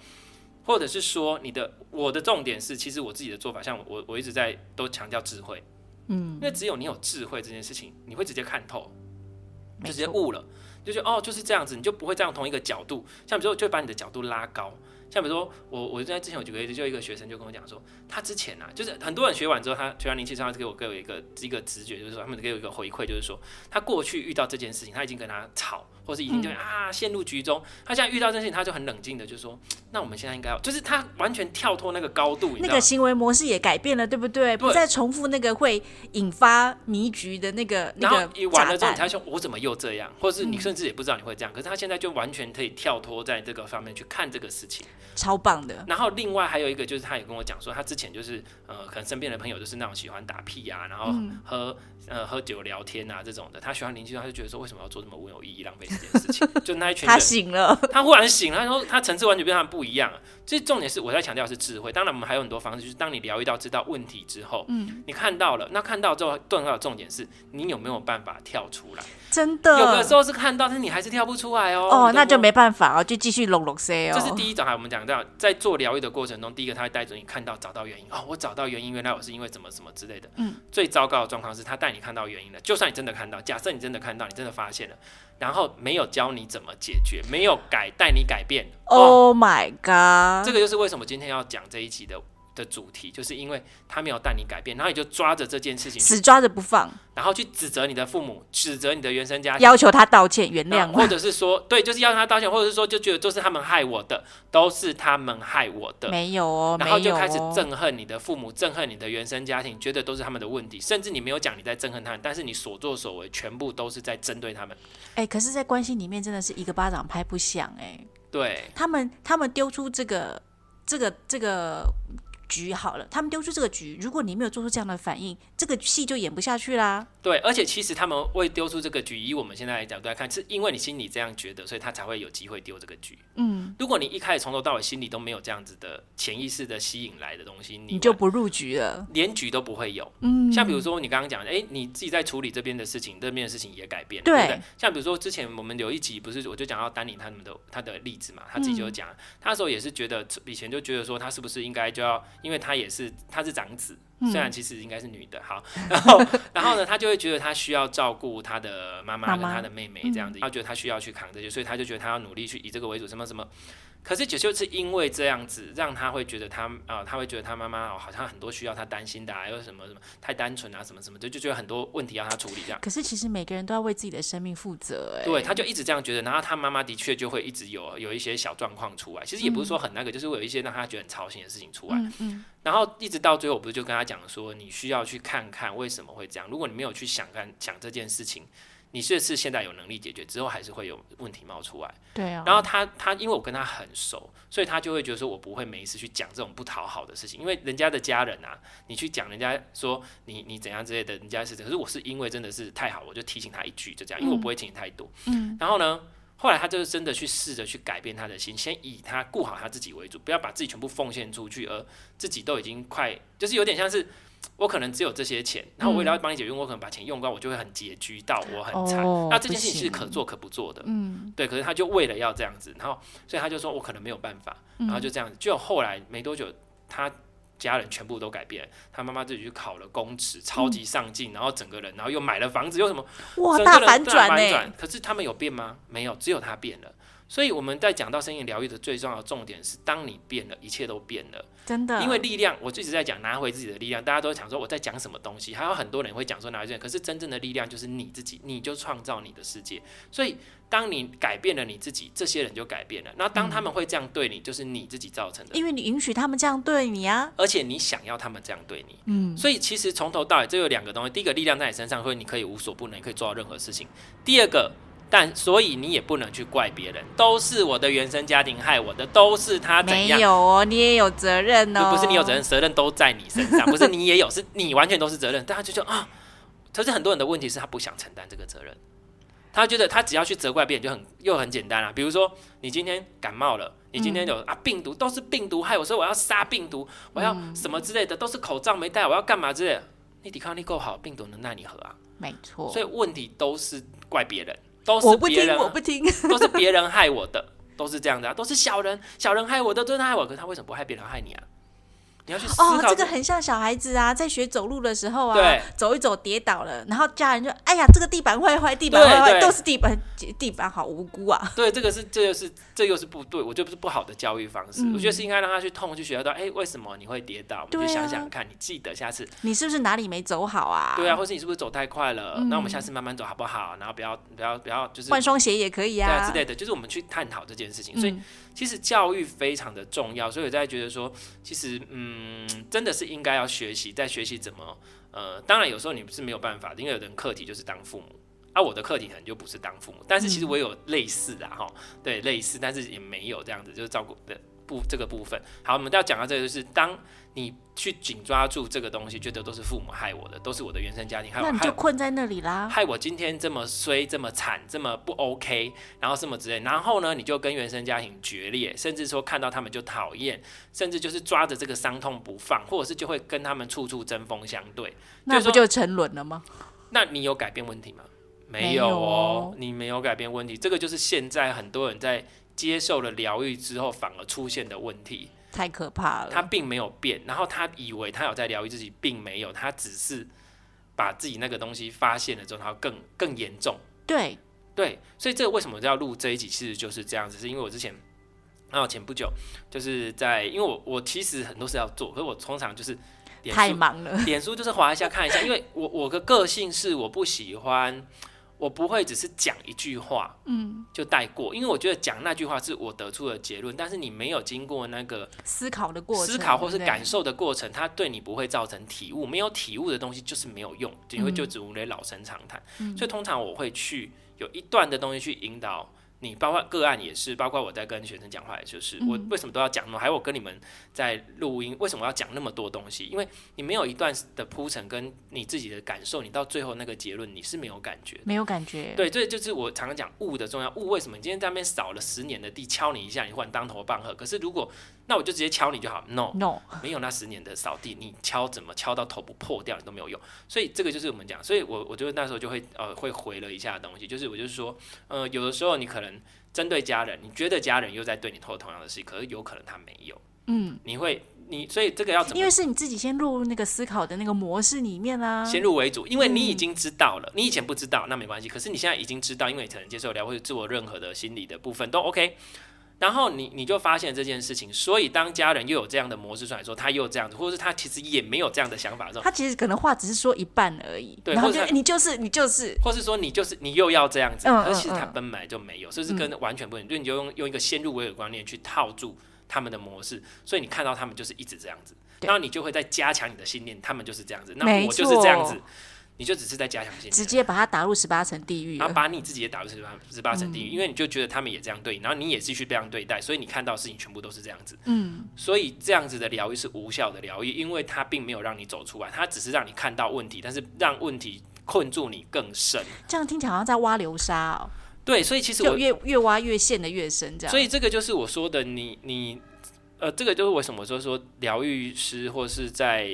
[SPEAKER 1] 或者是说，你的我的重点是，其实我自己的做法，像我我一直在都强调智慧，
[SPEAKER 2] 嗯，
[SPEAKER 1] 因为只有你有智慧这件事情，你会直接看透，就
[SPEAKER 2] 没
[SPEAKER 1] 直接
[SPEAKER 2] 错，
[SPEAKER 1] 悟了，就觉得哦就是这样子，你就不会这样同一个角度。像比如说，就会把你的角度拉高。像比如说，我我在之前有举个例子，就有一个学生就跟我讲说，他之前啊，就是很多人学完之后，他学完灵气之后，他给我给我一个一个直觉，就是说他们给我一个回馈，就是说他过去遇到这件事情，他已经跟他吵，或是已经就、
[SPEAKER 2] 嗯
[SPEAKER 1] 啊陷入局中。他现在遇到这件事情，他就很冷静的就说，嗯那我们现在应该要，就是他完全跳脱那个高度，你
[SPEAKER 2] 那
[SPEAKER 1] 知道
[SPEAKER 2] 个
[SPEAKER 1] 吗？
[SPEAKER 2] 行为模式也改变了，对不对？不
[SPEAKER 1] 对
[SPEAKER 2] 再重复那个会引发迷局的那个那
[SPEAKER 1] 然后
[SPEAKER 2] 个
[SPEAKER 1] 你完
[SPEAKER 2] 炸
[SPEAKER 1] 了之后，
[SPEAKER 2] 弹嗯
[SPEAKER 1] 你。才说我怎么又这样，或是你甚至也不知道你会这样。可是他现在就完全可以跳脱在这个方面去看这个事情。
[SPEAKER 2] 超棒的，
[SPEAKER 1] 然后另外还有一个就是，他也跟我讲说，他之前就是呃，可能身边的朋友就是那种喜欢打屁呀、然后
[SPEAKER 2] 嗯
[SPEAKER 1] 喝、呃喝酒聊天啊这种的。他喜欢邻居，他就觉得说为什么要做这么无有意义、浪费时间的事情？ [laughs] 就那一群
[SPEAKER 2] 他
[SPEAKER 1] 人，
[SPEAKER 2] 醒了，
[SPEAKER 1] 他忽然醒了，他说他层次完全跟他们不一样。这重点是我在强调的是智慧。当然，我们还有很多方式，就是当你疗愈到知道问题之后，嗯，你看到了，那看到之后，更要的重点是你有没有办法跳出来。
[SPEAKER 2] 真
[SPEAKER 1] 有的
[SPEAKER 2] 的
[SPEAKER 1] 时。候是看到，但是你还是跳不出来哦。
[SPEAKER 2] 哦，
[SPEAKER 1] 你懂
[SPEAKER 2] 那就
[SPEAKER 1] 吗
[SPEAKER 2] 没办法哦，就继续拢拢 say 哦。
[SPEAKER 1] 这是第一种，还有我们讲到，在做疗愈的过程中，第一个他会带着你看到找到原因哦，我找到原因，原来我是因为怎么怎么之类的。
[SPEAKER 2] 嗯，
[SPEAKER 1] 最糟糕的状况是他带你看到原因了，就算你真的看到，假设你真的看到，你真的发现了，然后没有教你怎么解决，没有改带你改变。哦
[SPEAKER 2] Oh my god！
[SPEAKER 1] 这个就是为什么今天要讲这一集的的主题，就是因为他没有带你改变，然后你就抓着这件事情，
[SPEAKER 2] 死抓着不放，
[SPEAKER 1] 然后去指责你的父母，指责你的原生家庭。
[SPEAKER 2] 要求他道歉、原
[SPEAKER 1] 那
[SPEAKER 2] 谅
[SPEAKER 1] 或
[SPEAKER 2] 我。
[SPEAKER 1] 者是说，对，就是要他道歉，或者是说，就觉得都是他们害我的，都是他们害我的，
[SPEAKER 2] 没有哦，
[SPEAKER 1] 然后
[SPEAKER 2] 没
[SPEAKER 1] 就
[SPEAKER 2] 有
[SPEAKER 1] 开始
[SPEAKER 2] 哦
[SPEAKER 1] 憎恨你的父母，憎恨你的原生家庭，觉得都是他们的问题，甚至你没有讲你在憎恨他们，但是你所作所为全部都是在针对他们。
[SPEAKER 2] 哎、可是，在关系里面真的是一个巴掌拍不响哎、
[SPEAKER 1] 对
[SPEAKER 2] 他们他们丢出这个这个这个局好了，他们丢出这个局，如果你没有做出这样的反应，这个戏就演不下去啦。
[SPEAKER 1] 对，而且其实他们会丢出这个局，以我们现在来角度来看，是因为你心里这样觉得，所以他才会有机会丢这个局。
[SPEAKER 2] 嗯，
[SPEAKER 1] 如果你一开始从头到尾心里都没有这样子的潜意识的吸引来的东西，你
[SPEAKER 2] 你就
[SPEAKER 1] 完
[SPEAKER 2] 不入局了。
[SPEAKER 1] 连局都不会有。
[SPEAKER 2] 嗯，
[SPEAKER 1] 像比如说你刚刚讲的，哎、你自己在处理这边的事情，那边的事情也改变了，
[SPEAKER 2] 对
[SPEAKER 1] 不对？像比如说之前我们有一集不是我就讲到丹尼他
[SPEAKER 2] 嗯
[SPEAKER 1] 们的他的例子嘛，他自己就讲，他那时候也是觉得以前就觉得说他是不是应该就要因为她也是她是长子，
[SPEAKER 2] 嗯
[SPEAKER 1] 虽然其实应该是女的，好，然后 [laughs] 然后呢，她就会觉得她需要照顾她的妈妈
[SPEAKER 2] 妈
[SPEAKER 1] 跟
[SPEAKER 2] 妈嗯
[SPEAKER 1] 她的妹妹这样子，她觉得她需要去扛这些，所以她就觉得她要努力去以这个为主，什么什么。可是也就是因为这样子，让她会觉得她啊、她会觉得她妈妈哦好像很多需要她担心的、啊，又什么什么太单纯啊，什么什么，就就觉得很多问题要她处理这样。
[SPEAKER 2] 可是其实每个人都要为自己的生命负责、哎，
[SPEAKER 1] 对，他就一直这样觉得，然后他妈妈的确就会一直有有一些小状况出来，其实也不是说很那个，就是会有一些让他觉得很操心的事情出来，
[SPEAKER 2] 嗯嗯，
[SPEAKER 1] 然后一直到最后，我不是就跟他讲说，你需要去看看为什么会这样，如果你没有去想看想这件事情。你这次现在有能力解决之后，还是会有问题冒出来。
[SPEAKER 2] 对啊、
[SPEAKER 1] 然后他他，因为我跟他很熟，所以他就会觉得说，我不会每一次去讲这种不讨好的事情，因为人家的家人啊，你去讲人家说你你怎样之类的，人家是，可是我是因为真的是太好，我就提醒他一句，就这样，因为我不会提醒太多。
[SPEAKER 2] 嗯，
[SPEAKER 1] 然后呢，后来他就是真的去试着去改变他的心，先以他顾好他自己为主，不要把自己全部奉献出去，而自己都已经快，就是有点像是我可能只有这些钱，然后我为了要帮你解决问题，我可能把钱用光，我就会很拮据到我很惨。
[SPEAKER 2] 哦
[SPEAKER 1] 那这件事情是
[SPEAKER 2] 不行
[SPEAKER 1] 可做可不做的，
[SPEAKER 2] 嗯
[SPEAKER 1] 对。可是他就为了要这样子，然后所以他就说我可能没有办法，然后就这样子。就后来没多久，他。家人全部都改变了，他妈妈自己去考了公职，超级上进，然后整个人，然后又买了房子，又什么，
[SPEAKER 2] 哇，
[SPEAKER 1] 整个
[SPEAKER 2] 大
[SPEAKER 1] 人
[SPEAKER 2] 反转呢、欸哎
[SPEAKER 1] 可是他们有变吗？没有，只有他变了。所以我们在讲到身心疗愈的最重要的重点是，当你变了，一切都变了。
[SPEAKER 2] 真的，
[SPEAKER 1] 因为力量，我一直在讲拿回自己的力量，大家都想说我在讲什么东西，还有很多人会讲说拿回自己，可是真正的力量就是你自己，你就创造你的世界。所以当你改变了你自己，这些人就改变了。那当他们会这样对你，就是你自己造成的。
[SPEAKER 2] 嗯因为你允许他们这样对你啊，
[SPEAKER 1] 而且你想要他们这样对你，
[SPEAKER 2] 嗯，
[SPEAKER 1] 所以其实从头到尾，这有两个东西。第一个，力量在你身上，所以你可以无所不能，可以做到任何事情。第二个，但所以你也不能去怪别人，都是我的原生家庭害我的，都是他怎
[SPEAKER 2] 没
[SPEAKER 1] 样。
[SPEAKER 2] 有哦，你也有责任哦，
[SPEAKER 1] 不是你有责任，责任都在你身
[SPEAKER 2] [laughs]
[SPEAKER 1] 上，不是你也有，是你完全都是责任。但他就说啊，可是很多人的问题是他不想承担这个责任，他觉得他只要去责怪别人就很又很简单啊。比如说你今天感冒了，你今天有、
[SPEAKER 2] 嗯
[SPEAKER 1] 啊病毒都是病毒害我，所以我要杀病毒，我要什么之类的，都是口罩没戴，我要干嘛之类的。你抵抗力够好，病毒能奈你何啊？
[SPEAKER 2] 没错，
[SPEAKER 1] 所以问题都是怪别人，都
[SPEAKER 2] 我
[SPEAKER 1] 是
[SPEAKER 2] 不
[SPEAKER 1] 别
[SPEAKER 2] 听，
[SPEAKER 1] 人啊、
[SPEAKER 2] 我不听，
[SPEAKER 1] 都是别人害我的，都是这样的、啊，都是小人，小人害我的，都是害我。可是他为什么不害别人，害你啊？你要去思考、
[SPEAKER 2] 哦，这个很像小孩子啊，在学走路的时候啊
[SPEAKER 1] 对，
[SPEAKER 2] 走一走跌倒了，然后家人就哎呀，这个地板坏坏，地板
[SPEAKER 1] 对
[SPEAKER 2] 坏坏，
[SPEAKER 1] 对
[SPEAKER 2] 都是地板，地板好无辜啊。
[SPEAKER 1] 对，这个是，这又是，这又是不对，我觉得不是不好的教育方式。
[SPEAKER 2] 嗯
[SPEAKER 1] 我觉得是应该让他去痛，去学到到，哎、为什么你会跌倒？我
[SPEAKER 2] 对
[SPEAKER 1] 们
[SPEAKER 2] 啊
[SPEAKER 1] 去想想看，你记得下次，
[SPEAKER 2] 你是不是哪里没走好啊？
[SPEAKER 1] 对啊，，或是你是不是走太快了？
[SPEAKER 2] 嗯
[SPEAKER 1] 那我们下次慢慢走好不好？然后不要，不要，不要，就是
[SPEAKER 2] 换双鞋也可以
[SPEAKER 1] 对啊
[SPEAKER 2] 啊
[SPEAKER 1] 之类的，就是我们去探讨这件事情。所以
[SPEAKER 2] 嗯
[SPEAKER 1] 其实教育非常的重要，所以我在觉得说，其实嗯，真的是应该要学习，在学习怎么呃，当然有时候你是没有办法的，因为有的人课题就是当父母。啊，我的课题可能就不是当父母，但是其
[SPEAKER 2] 嗯
[SPEAKER 1] 实我有类似的哈、对，类似，但是也没有这样子，就是照顾的部这个部分。好，我们要讲到这个，就是当你去紧抓住这个东西，觉得都是父母害我的，都是我的原生家庭害我，
[SPEAKER 2] 那你
[SPEAKER 1] 害
[SPEAKER 2] 就
[SPEAKER 1] 我
[SPEAKER 2] 困在那里啦。
[SPEAKER 1] 害我今天这么衰、这么惨、这么不 OK，然后什么之类，然后呢，你就跟原生家庭决裂，甚至说看到他们就讨厌，甚至就是抓着这个伤痛不放，或者是就会跟他们处处针锋相对。
[SPEAKER 2] 那
[SPEAKER 1] 就是
[SPEAKER 2] 不
[SPEAKER 1] 说
[SPEAKER 2] 就沉沦了吗？
[SPEAKER 1] 那你有改变问题吗？没
[SPEAKER 2] 没
[SPEAKER 1] 有
[SPEAKER 2] 有
[SPEAKER 1] 哦
[SPEAKER 2] 哦，
[SPEAKER 1] 你没有改变问题，这个就是现在很多人在接受了疗愈之后反而出现的问题。
[SPEAKER 2] 太可怕
[SPEAKER 1] 他
[SPEAKER 2] 了。
[SPEAKER 1] 并没有变，然后他以为他有在疗愈自己，并没有，他只是把自己那个东西发现了之后，他更更严重。
[SPEAKER 2] 对，
[SPEAKER 1] 对，所以这个为什么要录这一集，其实就是这样子，是因为我之前，啊，前不久就是在，因为我我其实很多事要做，可是我通常就是脸
[SPEAKER 2] 太
[SPEAKER 1] 书，
[SPEAKER 2] 忙了。
[SPEAKER 1] 脸书就是滑一下看一下，因为我我的个性是我不喜欢，我不会只是讲一句话，嗯，就带过，因为我觉得讲那句话是我得出的结论，但是你没有经过那个
[SPEAKER 2] 思考的过程，
[SPEAKER 1] 思考或是
[SPEAKER 2] 对
[SPEAKER 1] 感受的过程，它对你不会造成体悟。没有体悟的东西就是没有用，你
[SPEAKER 2] 嗯
[SPEAKER 1] 会就只无为老生常谈。所以通常我会去有一段的东西去引导你，包括个案也是，包括我在跟学生讲话，也就是我
[SPEAKER 2] 嗯
[SPEAKER 1] 为什么都要讲那么，还有我跟你们在录音，为什么要讲那么多东西？因为你没有一段的铺陈跟你自己的感受，你到最后那个结论你是没有感觉的。
[SPEAKER 2] 没有感觉。
[SPEAKER 1] 对，这就是我常常讲物的重要。物为什么你今天在那边扫了十年的地，敲你一下，你换当头棒喝？可是如果那我就直接敲你就好，no，
[SPEAKER 2] ，no，
[SPEAKER 1] 没有那十年的扫地，你敲怎么敲到头部破掉，你都没有用。所以这个就是我们讲，所以我我就那时候就会呃会回了一下东西，就是我就是说，呃，有的时候你可能针对家人，你觉得家人又在对你做同样的事，可是有可能他没有，
[SPEAKER 2] 嗯，
[SPEAKER 1] 你会你所以这个要怎么
[SPEAKER 2] 因为是你自己先入那个思考的那个模式里面啊啦、
[SPEAKER 1] 先入为主，因为
[SPEAKER 2] 嗯
[SPEAKER 1] 你已经知道了，你以前不知道，那没关系。可是你现在已经知道，因为你可能接受疗或者自我任何的心理的部分都 OK。然后你你就发现这件事情，所以当家人又有这样的模式出来说，他又这样子，或者是他其实也没有这样的想法的时候，
[SPEAKER 2] 他其实可能话只是说一半而已，
[SPEAKER 1] 对
[SPEAKER 2] 然后
[SPEAKER 1] 或者
[SPEAKER 2] 就
[SPEAKER 1] 他
[SPEAKER 2] 哎你就是你就是，
[SPEAKER 1] 或是说你就是你又要这样子，
[SPEAKER 2] 嗯
[SPEAKER 1] 可是其实他
[SPEAKER 2] 嗯嗯
[SPEAKER 1] 本来就没有，所以是跟完全不一样。就你就用用一个先入为主的观念去套住他们的模式，所以你看到他们就是一直这样子，
[SPEAKER 2] 对
[SPEAKER 1] 然后你就会再加强你的信念，他们就是这样子，那
[SPEAKER 2] 没
[SPEAKER 1] 我就是这样
[SPEAKER 2] 错
[SPEAKER 1] 子，你就只是在加强信念，
[SPEAKER 2] 直接啊把他打入十八层地狱
[SPEAKER 1] 然后啊
[SPEAKER 2] 了。
[SPEAKER 1] 把你自己也打入十八十八层地狱，
[SPEAKER 2] 嗯
[SPEAKER 1] 因为你就觉得他们也这样对你，然后你也继续被这样对待，所以你看到的事情全部都是这样子。
[SPEAKER 2] 嗯，
[SPEAKER 1] 所以这样子的疗愈是无效的疗愈，因为它并没有让你走出来，它只是让你看到问题，但是让问题困住你更深。
[SPEAKER 2] 这样听起来好像在挖流沙哦，
[SPEAKER 1] 对，所以其实
[SPEAKER 2] 就
[SPEAKER 1] 我，
[SPEAKER 2] 越越挖越陷的越深，这样。
[SPEAKER 1] 所以这个就是我说的，你你。呃，这个就是为什么说说疗愈师，或是在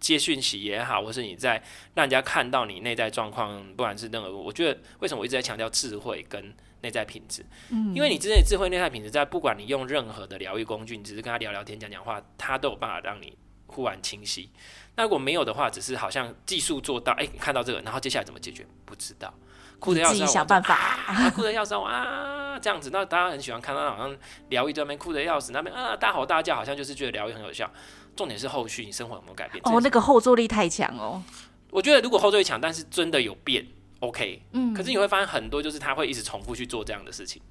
[SPEAKER 1] 接讯息也好，或是你在让人家看到你内在状况，不管是任何，我觉得为什么我一直在强调智慧跟内在品质，
[SPEAKER 2] 嗯
[SPEAKER 1] 因为你之前的智慧内在品质，在不管你用任何的疗愈工具，你只是跟他聊聊天、讲讲话，他都有办法让你忽然清晰。那如果没有的话，只是好像技术做到，哎、看到这个，然后接下来怎么解决不知道，哭着要
[SPEAKER 2] 自己
[SPEAKER 1] 死，
[SPEAKER 2] 想办法。哦
[SPEAKER 1] 啊，哭的要死我啊，这样子，那大家很喜欢看到好像疗愈在那边哭的要死，那边啊大吼大叫，好像就是觉得疗愈很有效。重点是后续你生活有没有改变？
[SPEAKER 2] 哦，那个后坐力太强哦。
[SPEAKER 1] 我觉得如果后缀强，但是真的有变，OK。
[SPEAKER 2] 嗯，
[SPEAKER 1] 可是你会发现很多就是他会一直重复去做这样的事情，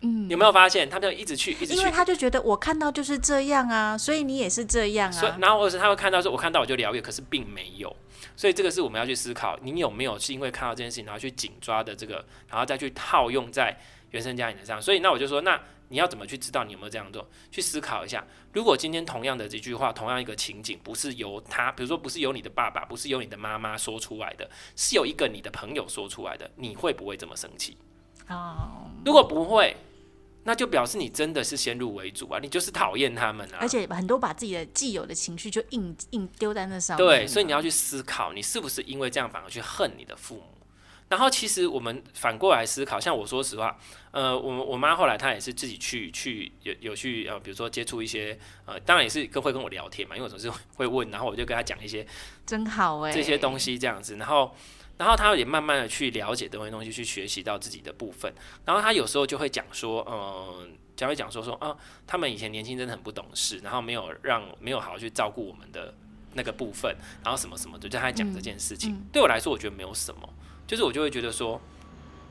[SPEAKER 2] 嗯
[SPEAKER 1] 有没有发现他们就一直去，一直
[SPEAKER 2] 因
[SPEAKER 1] 去
[SPEAKER 2] 为。他就觉得我看到就是这样啊，所以你也是这样
[SPEAKER 1] 所以
[SPEAKER 2] 啊，。
[SPEAKER 1] 然后或者是他会看到说，我看到我就疗愈，可是并没有。所以这个是我们要去思考，你有没有是因为看到这件事情，然后去紧抓的这个，然后再去套用在原生家庭的上。所以那我就说，那你要怎么去知道你有没有这样做？去思考一下，如果今天同样的这句话，同样一个情景，不是由他，比如说不是由你的爸爸，不是由你的妈妈说出来的，是由一个你的朋友说出来的，你会不会这么生气？
[SPEAKER 2] 哦，
[SPEAKER 1] 如果不会，那就表示你真的是先入为主啊，你就是讨厌他们啊。
[SPEAKER 2] 而且很多把自己的既有的情绪就硬硬丢在那上面了。
[SPEAKER 1] 对，所以你要去思考，你是不是因为这样反而去恨你的父母？然后其实我们反过来思考，像我说实话，呃，我我妈后来她也是自己去去有有去呃，比如说接触一些呃，当然也是跟会跟我聊天嘛，因为我总是会问，然后我就跟她讲一些
[SPEAKER 2] 真好哎、
[SPEAKER 1] 这些东西这样子，然后然后他也慢慢的去了解东西东西，去学习到自己的部分，然后他有时候就会讲说，嗯、就会讲说说啊，他们以前年轻真的很不懂事，然后没有让没有好好去照顾我们的那个部分，然后什么什么的，就他在讲这件事情，
[SPEAKER 2] 嗯嗯
[SPEAKER 1] 对我来说我觉得没有什么，就是我就会觉得说。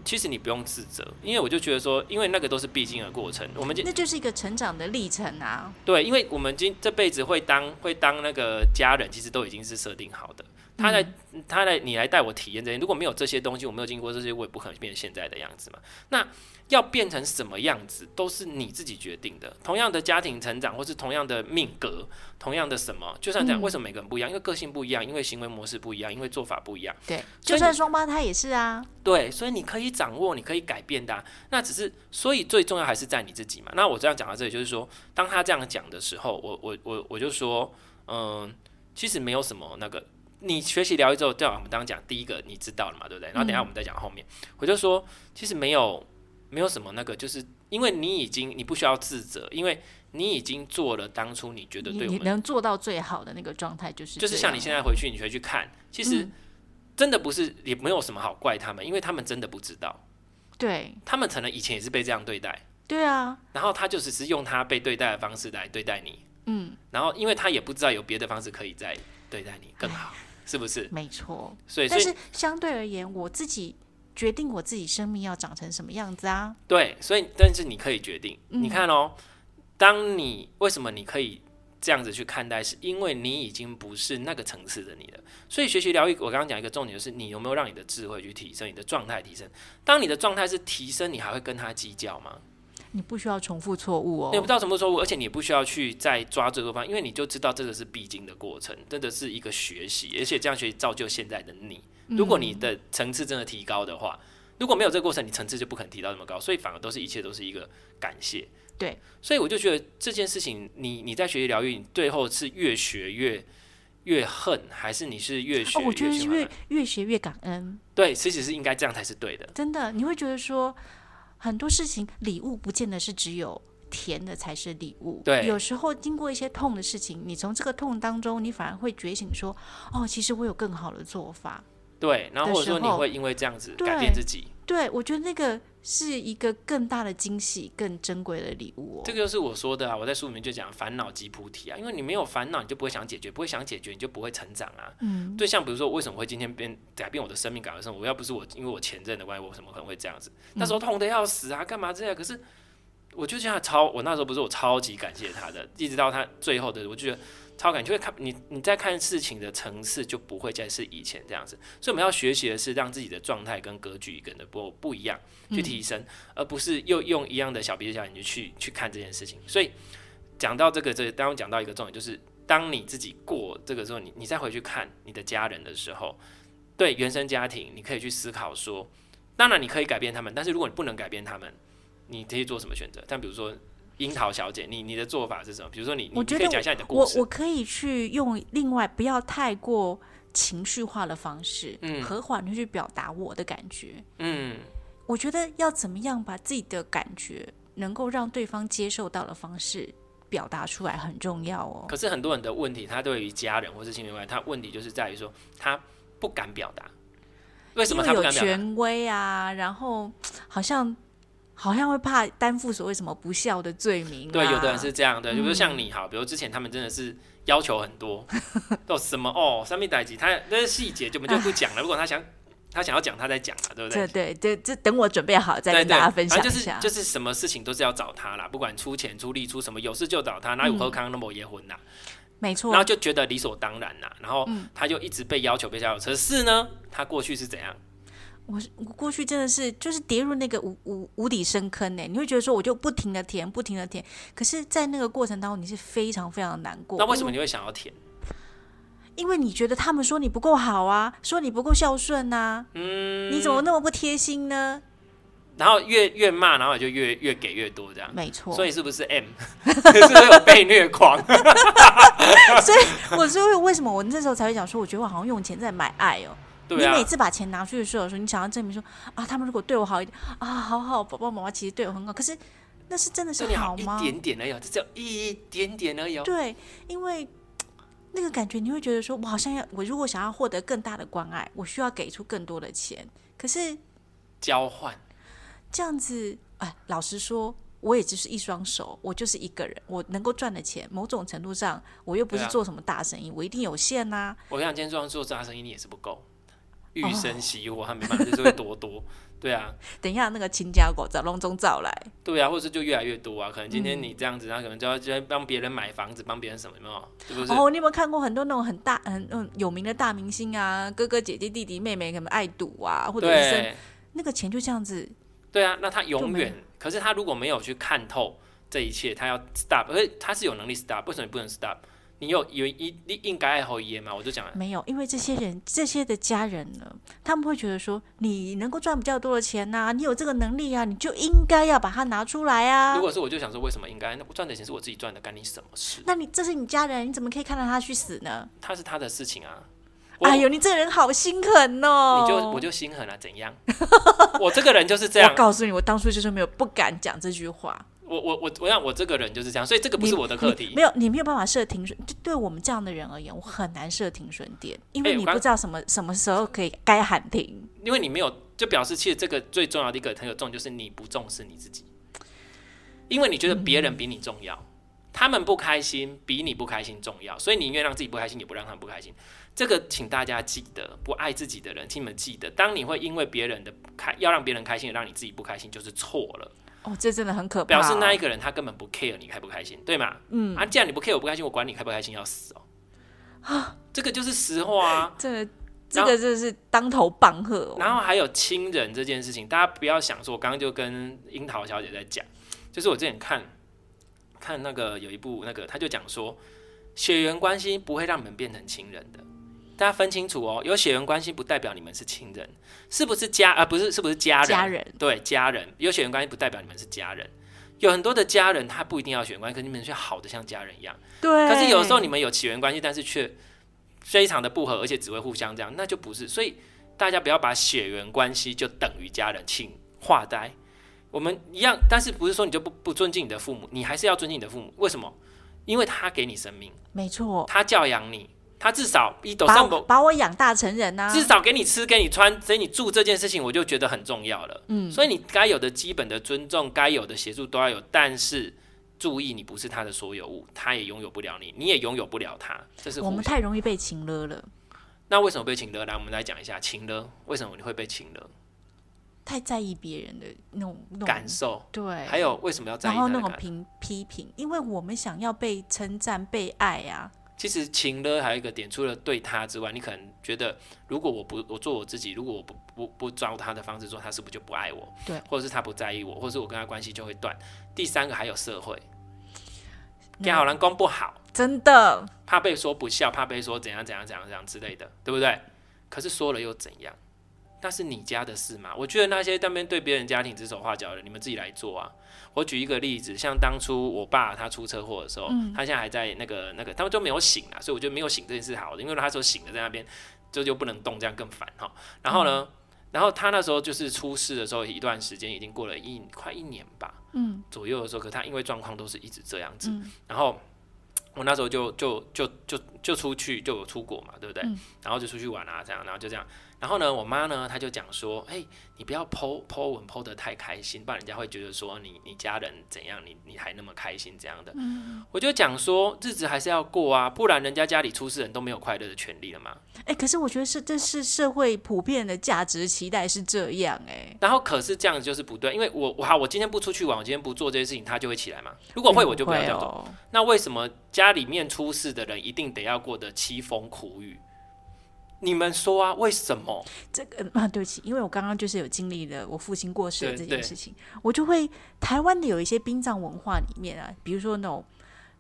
[SPEAKER 1] 其实你不用自责，因为我就觉得说，因为那个都是必经的过程。我们今
[SPEAKER 2] 那就是一个成长的历程啊。
[SPEAKER 1] 对，因为我们今这辈子会当会当那个家人，其实都已经是设定好的。他来、他来你来带我体验这些，如果没有这些东西，我没有经过这些，我也不可能变成现在的样子嘛。那要变成什么样子，都是你自己决定的。同样的家庭成长，或是同样的命格，同样的什么，就算这样，
[SPEAKER 2] 嗯
[SPEAKER 1] 为什么每个人不一样？因为个性不一样，因为行为模式不一样，因为做法不一样。
[SPEAKER 2] 对，
[SPEAKER 1] 所以
[SPEAKER 2] 就
[SPEAKER 1] 你
[SPEAKER 2] 算双胞胎也是啊。
[SPEAKER 1] 对，所以你可以掌握，你可以改变的啊、那只是，所以最重要还是在你自己嘛。那我这样讲到这里，就是说，当他这样讲的时候，我我我我就说，嗯，其实没有什么那个。你学习疗愈之后，对啊我们刚刚讲第一个你知道了嘛，对不对？然后等一下我们再讲后面。我就说，其实没有没有什么那个，就是因为你已经你不需要自责，因为你已经做了当初你觉得
[SPEAKER 2] 你
[SPEAKER 1] 对我
[SPEAKER 2] 你
[SPEAKER 1] 们
[SPEAKER 2] 能做到最好的那个状态就是
[SPEAKER 1] 就是
[SPEAKER 2] 这
[SPEAKER 1] 像
[SPEAKER 2] 样
[SPEAKER 1] 你现在回去，你回去看，其实
[SPEAKER 2] 嗯
[SPEAKER 1] 真的不是也没有什么好怪他们，因为他们真的不知道。
[SPEAKER 2] 对
[SPEAKER 1] 他们可能以前也是被这样对待，
[SPEAKER 2] 对啊，
[SPEAKER 1] 然后他就只是用他被对待的方式来对待你，
[SPEAKER 2] 嗯，
[SPEAKER 1] 然后因为他也不知道有别的方式可以再对待你更好，是不是？
[SPEAKER 2] 没错。
[SPEAKER 1] 所以，所
[SPEAKER 2] 但
[SPEAKER 1] 以
[SPEAKER 2] 是相对而言，我自己决定我自己生命要长成什么样子啊。
[SPEAKER 1] 对，所以但是你可以决定，
[SPEAKER 2] 嗯
[SPEAKER 1] 你看哦，当你为什么你可以这样子去看待，是因为你已经不是那个层次的你了。所以学习疗愈，我刚刚讲一个重点就是，你有没有让你的智慧去提升，你的状态提升？当你的状态是提升，你还会跟他计较吗？
[SPEAKER 2] 你不需要重复错误
[SPEAKER 1] 你也不知
[SPEAKER 2] 哦。
[SPEAKER 1] 道什么时候，而且你也不需要去再抓这个方向，因为你就知道这个是必经的过程，真的是一个学习，而且这样学习造就现在的你。如果你
[SPEAKER 2] 嗯
[SPEAKER 1] 的层次真的提高的话，如果没有这个过程，你层次就不可能提到那么高，所以反而都是一切都是一个感谢。
[SPEAKER 2] 对，
[SPEAKER 1] 所以我就觉得这件事情，你你在学习疗愈，你最后是越学越越恨，还是你是越学
[SPEAKER 2] 哦，我觉
[SPEAKER 1] 越
[SPEAKER 2] 得
[SPEAKER 1] 喜
[SPEAKER 2] 是
[SPEAKER 1] 欢
[SPEAKER 2] 越
[SPEAKER 1] 它？
[SPEAKER 2] 越学越感恩，
[SPEAKER 1] 对，其实是应该这样才是对的。
[SPEAKER 2] 真的，你会觉得说很多事情礼物不见得是只有甜的才是礼物。
[SPEAKER 1] 对
[SPEAKER 2] 有时候经过一些痛的事情，你从这个痛当中，你反而会觉醒说，哦，其实我有更好的做法。
[SPEAKER 1] 对，然后
[SPEAKER 2] 的
[SPEAKER 1] 或者
[SPEAKER 2] 时
[SPEAKER 1] 说你
[SPEAKER 2] 候
[SPEAKER 1] 会因为这样子改变
[SPEAKER 2] 对
[SPEAKER 1] 自己，
[SPEAKER 2] 对，我觉得那个是一个更大的惊喜，更珍贵的礼物、哦。
[SPEAKER 1] 这个就是我说的啊，我在书里面就讲烦恼即菩提啊，因为你没有烦恼，你就不会想解决，不会想解决，你就不会成长啊。
[SPEAKER 2] 嗯，
[SPEAKER 1] 对，像比如说，为什么会今天变改变我的生命，改变生活？我要不是我因为我前任的关系，我怎么可能会这样子？
[SPEAKER 2] 嗯
[SPEAKER 1] 那时候痛的要死啊，干嘛这样？可是我就像超，我那时候不是我超级感谢他的，一直到他最后的，我就觉得超感，就会看你你在看事情的层次就不会再是以前这样子。所以我们要学习的是让自己的状态跟格局跟的不不一样
[SPEAKER 2] 嗯
[SPEAKER 1] 去提升，而不是又用一样的小鼻子小眼睛去去看这件事情。所以讲到这个，这当我讲到一个重点就是。当你自己过这个时候，你你再回去看你的家人的时候，对原生家庭，你可以去思考说，当然你可以改变他们，但是如果你不能改变他们，你可以做什么选择？但比如说樱桃小姐，你你的做法是什么？比如说你，
[SPEAKER 2] 我
[SPEAKER 1] 你
[SPEAKER 2] 觉
[SPEAKER 1] 可以
[SPEAKER 2] 得
[SPEAKER 1] 讲一下你的故
[SPEAKER 2] 我
[SPEAKER 1] 事。
[SPEAKER 2] 我可以去用另外不要太过情绪化的方式，
[SPEAKER 1] 嗯
[SPEAKER 2] 和缓的去表达我的感觉。
[SPEAKER 1] 嗯，
[SPEAKER 2] 我觉得要怎么样把自己的感觉能够让对方接受到的方式表达出来很重要哦。
[SPEAKER 1] 可是很多人的问题，他对于家人或是亲人关系，他问题就是在于说他不敢表达。为什
[SPEAKER 2] 因
[SPEAKER 1] 么
[SPEAKER 2] 为
[SPEAKER 1] 他不
[SPEAKER 2] 有
[SPEAKER 1] 敢表达？
[SPEAKER 2] 权威啊，然后好像好像会怕担负所谓什么不孝的罪名、啊。
[SPEAKER 1] 对，有的人是这样的，比如
[SPEAKER 2] 嗯
[SPEAKER 1] 像你好，比如之前他们真的是要求很多，都什么哦，三米代级，他那些细节就我们就不讲了。如果他想他想要讲，他再讲了，对不
[SPEAKER 2] 这
[SPEAKER 1] 对？
[SPEAKER 2] 对对这等我准备好再
[SPEAKER 1] 对
[SPEAKER 2] 跟
[SPEAKER 1] 对
[SPEAKER 2] 大家分享
[SPEAKER 1] 反正
[SPEAKER 2] 一
[SPEAKER 1] 就是
[SPEAKER 2] 下。
[SPEAKER 1] 就是什么事情都是要找他啦，不管出钱出力出什么，有事就找他，哪有何
[SPEAKER 2] 嗯
[SPEAKER 1] 康那么结婚啦？
[SPEAKER 2] 没错
[SPEAKER 1] 然，后就觉得理所当然啦，然后
[SPEAKER 2] 嗯
[SPEAKER 1] 他就一直被要求被要求。可是呢，他过去是怎样？
[SPEAKER 2] 我是我过去真的是就是跌入那个无无无底深坑欸呢，你会觉得说我就不停的填，不停的填，可是，在那个过程当中你是非常非常难过。
[SPEAKER 1] 那为什
[SPEAKER 2] 因
[SPEAKER 1] 么你会想要填？
[SPEAKER 2] 因为你觉得他们说你不够好啊，说你不够孝顺呐、
[SPEAKER 1] 嗯，
[SPEAKER 2] 你怎么那么不贴心呢？
[SPEAKER 1] 然后越越骂，然后你就越越给越多这样。
[SPEAKER 2] 没错，
[SPEAKER 1] 所以 [laughs] 是不是 M？是不是有被虐狂？ [laughs]
[SPEAKER 2] 所以我所以为什么我那时候才会讲说，我觉得我好像用钱在买爱哦。
[SPEAKER 1] 对
[SPEAKER 2] 你
[SPEAKER 1] 啊
[SPEAKER 2] 每，次把钱拿出去的时候，你想要证明说啊，他们如果对我好一点啊，好好，爸爸妈妈其实对我很好，可是那是真的是
[SPEAKER 1] 这里好一
[SPEAKER 2] 吗？
[SPEAKER 1] 点点而已哦，这只有一点点而已哦。
[SPEAKER 2] 对，因为那个感觉你会觉得说，我好像要我如果想要获得更大的关爱，我需要给出更多的钱，可是
[SPEAKER 1] 交换，
[SPEAKER 2] 这样子，哎，老实说。我也只是一双手，我就是一个人，我能够赚的钱，某种程度上，我又不是
[SPEAKER 1] 对啊
[SPEAKER 2] 做什么大生意，我一定有限呐、
[SPEAKER 1] 我跟你讲，今天做做大生意你也是不够，
[SPEAKER 2] 哦
[SPEAKER 1] 欲生熄火，他没办法，就是会多多。对啊，
[SPEAKER 2] 等一下，那个亲家狗找笼中找来，
[SPEAKER 1] 对啊，或者是就越来越多啊。可能今
[SPEAKER 2] 嗯
[SPEAKER 1] 天你这样子，然后可能就要就要帮别人买房子，帮别人什么，有没有？是不是？
[SPEAKER 2] 哦，你有没有看过很多那种很大、很嗯有名的大明星啊，哥哥姐姐、弟弟妹妹，可能爱赌啊，或者是生
[SPEAKER 1] 对，
[SPEAKER 2] 那个钱就这样子，
[SPEAKER 1] 对啊。那他
[SPEAKER 2] 就
[SPEAKER 1] 永
[SPEAKER 2] 没
[SPEAKER 1] 远，可是他如果没有去看透这一切，他要 stop，而且他是有能力 stop，为什么你不能 stop？你有有一你应该爱好爷嘛？啊我就讲了，
[SPEAKER 2] 没有，因为这些人、这些的家人呢，他们会觉得说，你能够赚比较多的钱呐、你有这个能力啊，你就应该要把它拿出来啊
[SPEAKER 1] 如。果是我就想说，为什么应该？那我赚的钱是我自己赚的，干你什么事？
[SPEAKER 2] 那你这是你家人，你怎么可以看到他去死呢？
[SPEAKER 1] 他是他的事情啊。我
[SPEAKER 2] 哎呦，你这个人好心狠哦！
[SPEAKER 1] 你就我就心狠了、啊怎
[SPEAKER 2] [laughs]
[SPEAKER 1] 样？我这个人就是这样
[SPEAKER 2] 我，告诉你，我当初就是没有不敢讲这句话。
[SPEAKER 1] 我我我我想我这个人就是这样，所以这个不
[SPEAKER 2] 你
[SPEAKER 1] 是我的课
[SPEAKER 2] 你
[SPEAKER 1] 题
[SPEAKER 2] 没。有，你没有办法设停损。就对我们这样的人而言，我很难设停损点，因
[SPEAKER 1] 哎
[SPEAKER 2] 为
[SPEAKER 1] 我
[SPEAKER 2] 你
[SPEAKER 1] 刚
[SPEAKER 2] 不知道什么什么时候可以该喊停。
[SPEAKER 1] 因为你没有，就表示其实这个最重要的一个很有重点，就是你不重视你自己，因为你觉得别人比你重要，他们不开心比你不开心重要，所以你宁愿让自己不开心，也不让他们不开心。这个请大家记得，不爱自己的人，请你们记得，当你会因为别人的开要让别人开心，让你自己不开心，就是错了。
[SPEAKER 2] 哦，这真的很可怕、
[SPEAKER 1] 表示那一个人他根本不 care 你开不开心，对吗？嗯，啊，既然你不 care 我不开心，我管你开不开心要死哦。这个就是实话啊。
[SPEAKER 2] 这个这
[SPEAKER 1] 然后
[SPEAKER 2] 个真的是当头棒喝、哦。
[SPEAKER 1] 然后还有亲人这件事情，大家不要想说，我刚刚就跟樱桃小姐在讲，就是我之前看看那个有一部那个，他就讲说，血缘关系不会让你们变成亲人的。大家分清楚哦，有血缘关系不代表你们是亲人，是不是家？啊，不是，是不是家人？
[SPEAKER 2] 家人
[SPEAKER 1] 对家人有血缘关系不代表你们是家人，有很多的家人他不一定要血缘关系，可是你们却好的像家人一样。
[SPEAKER 2] 对，
[SPEAKER 1] 可是有时候你们有血缘关系，但是却非常的不合，而且只会互相这样，那就不是。所以大家不要把血缘关系就等于家人，请画呆。我们一样，但是不是说你就不不尊敬你的父母？你还是要尊敬你的父母。为什么？因为他给你生命，
[SPEAKER 2] 没错，
[SPEAKER 1] 他教养你，他至少一斗
[SPEAKER 2] 把
[SPEAKER 1] 上
[SPEAKER 2] 我
[SPEAKER 1] 某，
[SPEAKER 2] 把我养大成人啊呐、
[SPEAKER 1] 至少给你吃、给你穿、给你住这件事情，我就觉得很重要了。
[SPEAKER 2] 嗯，
[SPEAKER 1] 所以你该有的基本的尊重、该有的协助都要有，但是注意你不是他的所有物，他也拥有不了你，你也拥有不了他，这是
[SPEAKER 2] 我们
[SPEAKER 1] 互相。
[SPEAKER 2] 太容易被情勒了，
[SPEAKER 1] 那为什么被请了？来，我们来讲一下请了，为什么你会被请了？
[SPEAKER 2] 太在意别人的那种那种
[SPEAKER 1] 感，受，
[SPEAKER 2] 对，
[SPEAKER 1] 还有为什么要在意
[SPEAKER 2] 然后
[SPEAKER 1] 他的
[SPEAKER 2] 那
[SPEAKER 1] 感受？
[SPEAKER 2] 种评批评，因为我们想要被称赞、被爱啊，
[SPEAKER 1] 其实情勒还有一个点，除了对他之外，你可能觉得，如果我不我做我自己，如果我不不不照他的方式做，他是不是就不爱我？
[SPEAKER 2] 对，
[SPEAKER 1] 或者是他不在意我，或者是我跟他关系就会断。第三个还有社会，
[SPEAKER 2] 嗯
[SPEAKER 1] 给好人公不好，
[SPEAKER 2] 真的
[SPEAKER 1] 怕被说不孝，怕被说怎样怎样怎样怎样之类的，对不对？可是说了又怎样？那是你家的事嘛。我觉得那些在那边对别人家庭指手画脚的，你们自己来做啊。我举一个例子，像当初我爸他出车祸的时候，
[SPEAKER 2] 嗯
[SPEAKER 1] 他现在还在那个那个，他们都没有醒啊，所以我觉得没有醒这件事好的，因为他说醒了在那边就就不能动，这样更烦哈。然后
[SPEAKER 2] 嗯
[SPEAKER 1] 呢，然后他那时候就是出事的时候，一段时间已经过了一快一年吧，
[SPEAKER 2] 嗯，
[SPEAKER 1] 左右的时候，可他因为状况都是一直这样子，
[SPEAKER 2] 嗯
[SPEAKER 1] 然后我那时候就就就就就出去就有出国嘛，对不对？
[SPEAKER 2] 嗯
[SPEAKER 1] 然后就出去玩啊，这样，然后就这样，然后呢，我妈呢，她就讲说，哎、你不要剖剖文剖得太开心，不然人家会觉得说你你家人怎样，你你还那么开心这样的。我就讲说，日子还是要过啊，不然人家家里出事人都没有快乐的权利了嘛。
[SPEAKER 2] 哎、可是我觉得是这是社会普遍的价值期待是这样哎、
[SPEAKER 1] 然后可是这样就是不对，因为我我好，我今天不出去玩，我今天不做这些事情，他就会起来嘛。如果会，我就不要这样做。
[SPEAKER 2] 哦。
[SPEAKER 1] 那为什么家里面出事的人一定得要过得凄风苦雨？你们说啊，为什么？
[SPEAKER 2] 这个啊，对不起，因为我刚刚就是有经历了我父亲过世的
[SPEAKER 1] 对
[SPEAKER 2] 这件
[SPEAKER 1] 对
[SPEAKER 2] 事情，我就会台湾的有一些殡葬文化里面啊，比如说那种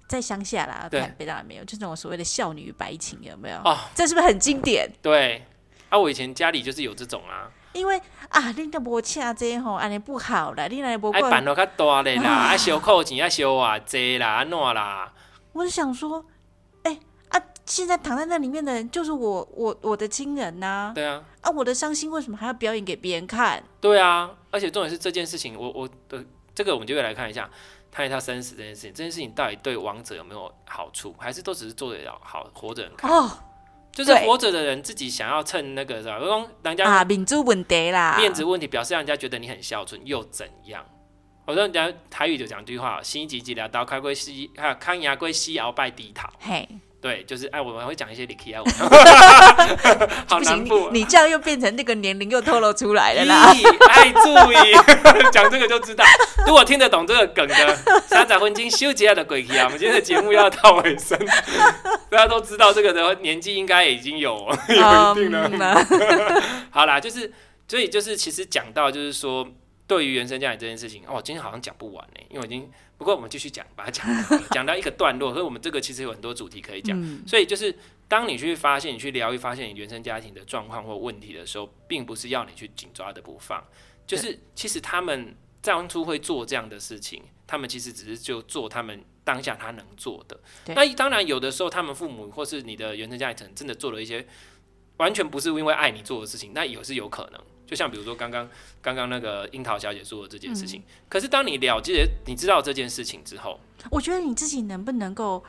[SPEAKER 2] 在乡下啦，
[SPEAKER 1] 对
[SPEAKER 2] 北大没有，就那种所谓的孝女白情有没有？
[SPEAKER 1] 哦
[SPEAKER 2] 这是不是很经典？
[SPEAKER 1] 对啊，我以前家里就是有这种啊，
[SPEAKER 2] 因为啊，你都无请这吼、啊安尼不好啦，你那不
[SPEAKER 1] 爱
[SPEAKER 2] 管
[SPEAKER 1] 办，了较大嘞啦，
[SPEAKER 2] [laughs]
[SPEAKER 1] 爱烧扣钱，爱烧啊这啦，安怎啦？
[SPEAKER 2] 我就想说，哎、啊，现在躺在那里面的人就是我，我我的亲人呐、
[SPEAKER 1] 对啊，
[SPEAKER 2] 啊，我的伤心为什么还要表演给别人看？
[SPEAKER 1] 对啊，而且重点是这件事情，我我的这个我们就会来看一下，看一下生死这件事情，这件事情到底对王者有没有好处，还是都只是做得了好活着很开
[SPEAKER 2] 哦
[SPEAKER 1] 就是
[SPEAKER 2] 对
[SPEAKER 1] 活着的人自己想要趁那个是吧？说人家
[SPEAKER 2] 啊，民族问题啦，
[SPEAKER 1] 面子问题，表示让人家觉得你很孝顺又怎样？我说人家台语就讲句话，心急急聊刀开归西，还有康牙归西鳌拜低讨。
[SPEAKER 2] 嘿。
[SPEAKER 1] 对，就是哎，我们会讲一些李 K 啊，我们
[SPEAKER 2] [laughs]
[SPEAKER 1] 好
[SPEAKER 2] 不
[SPEAKER 1] 难
[SPEAKER 2] 行，
[SPEAKER 1] 过。啊
[SPEAKER 2] 你你这样又变成那个年龄又透露出来
[SPEAKER 1] [laughs]
[SPEAKER 2] 了啦。
[SPEAKER 1] 咦爱注意， [laughs] 讲这个就知道。如果听得懂这个梗的，三仔婚金修杰的鬼 K 啊，我们今天的节目要到尾声， [laughs] 大家都知道这个的年纪应该已经有有一定的 [laughs]
[SPEAKER 2] 嗯啊
[SPEAKER 1] 好啦，就是所以就是其实讲到就是说，对于原生家庭这件事情，哦，今天好像讲不完呢，因为我已经不过我们继续讲，把它讲完了讲到一个段落，所以我们这个其实有很多主题可以讲。
[SPEAKER 2] 嗯
[SPEAKER 1] 所以就是当你去发现、你去疗愈、发现你原生家庭的状况或问题的时候，并不是要你去紧抓的不放，就是其实他们当初会做这样的事情，他们其实只是就做他们当下他能做的。
[SPEAKER 2] 对
[SPEAKER 1] 那当然有的时候，他们父母或是你的原生家庭可能真的做了一些完全不是因为爱你做的事情，那也是有可能。就像比如说刚刚刚刚那个樱桃小姐说的这件事
[SPEAKER 2] 嗯
[SPEAKER 1] 情，可是当你了解、你知道这件事情之后，
[SPEAKER 2] 我觉得你自己能不能够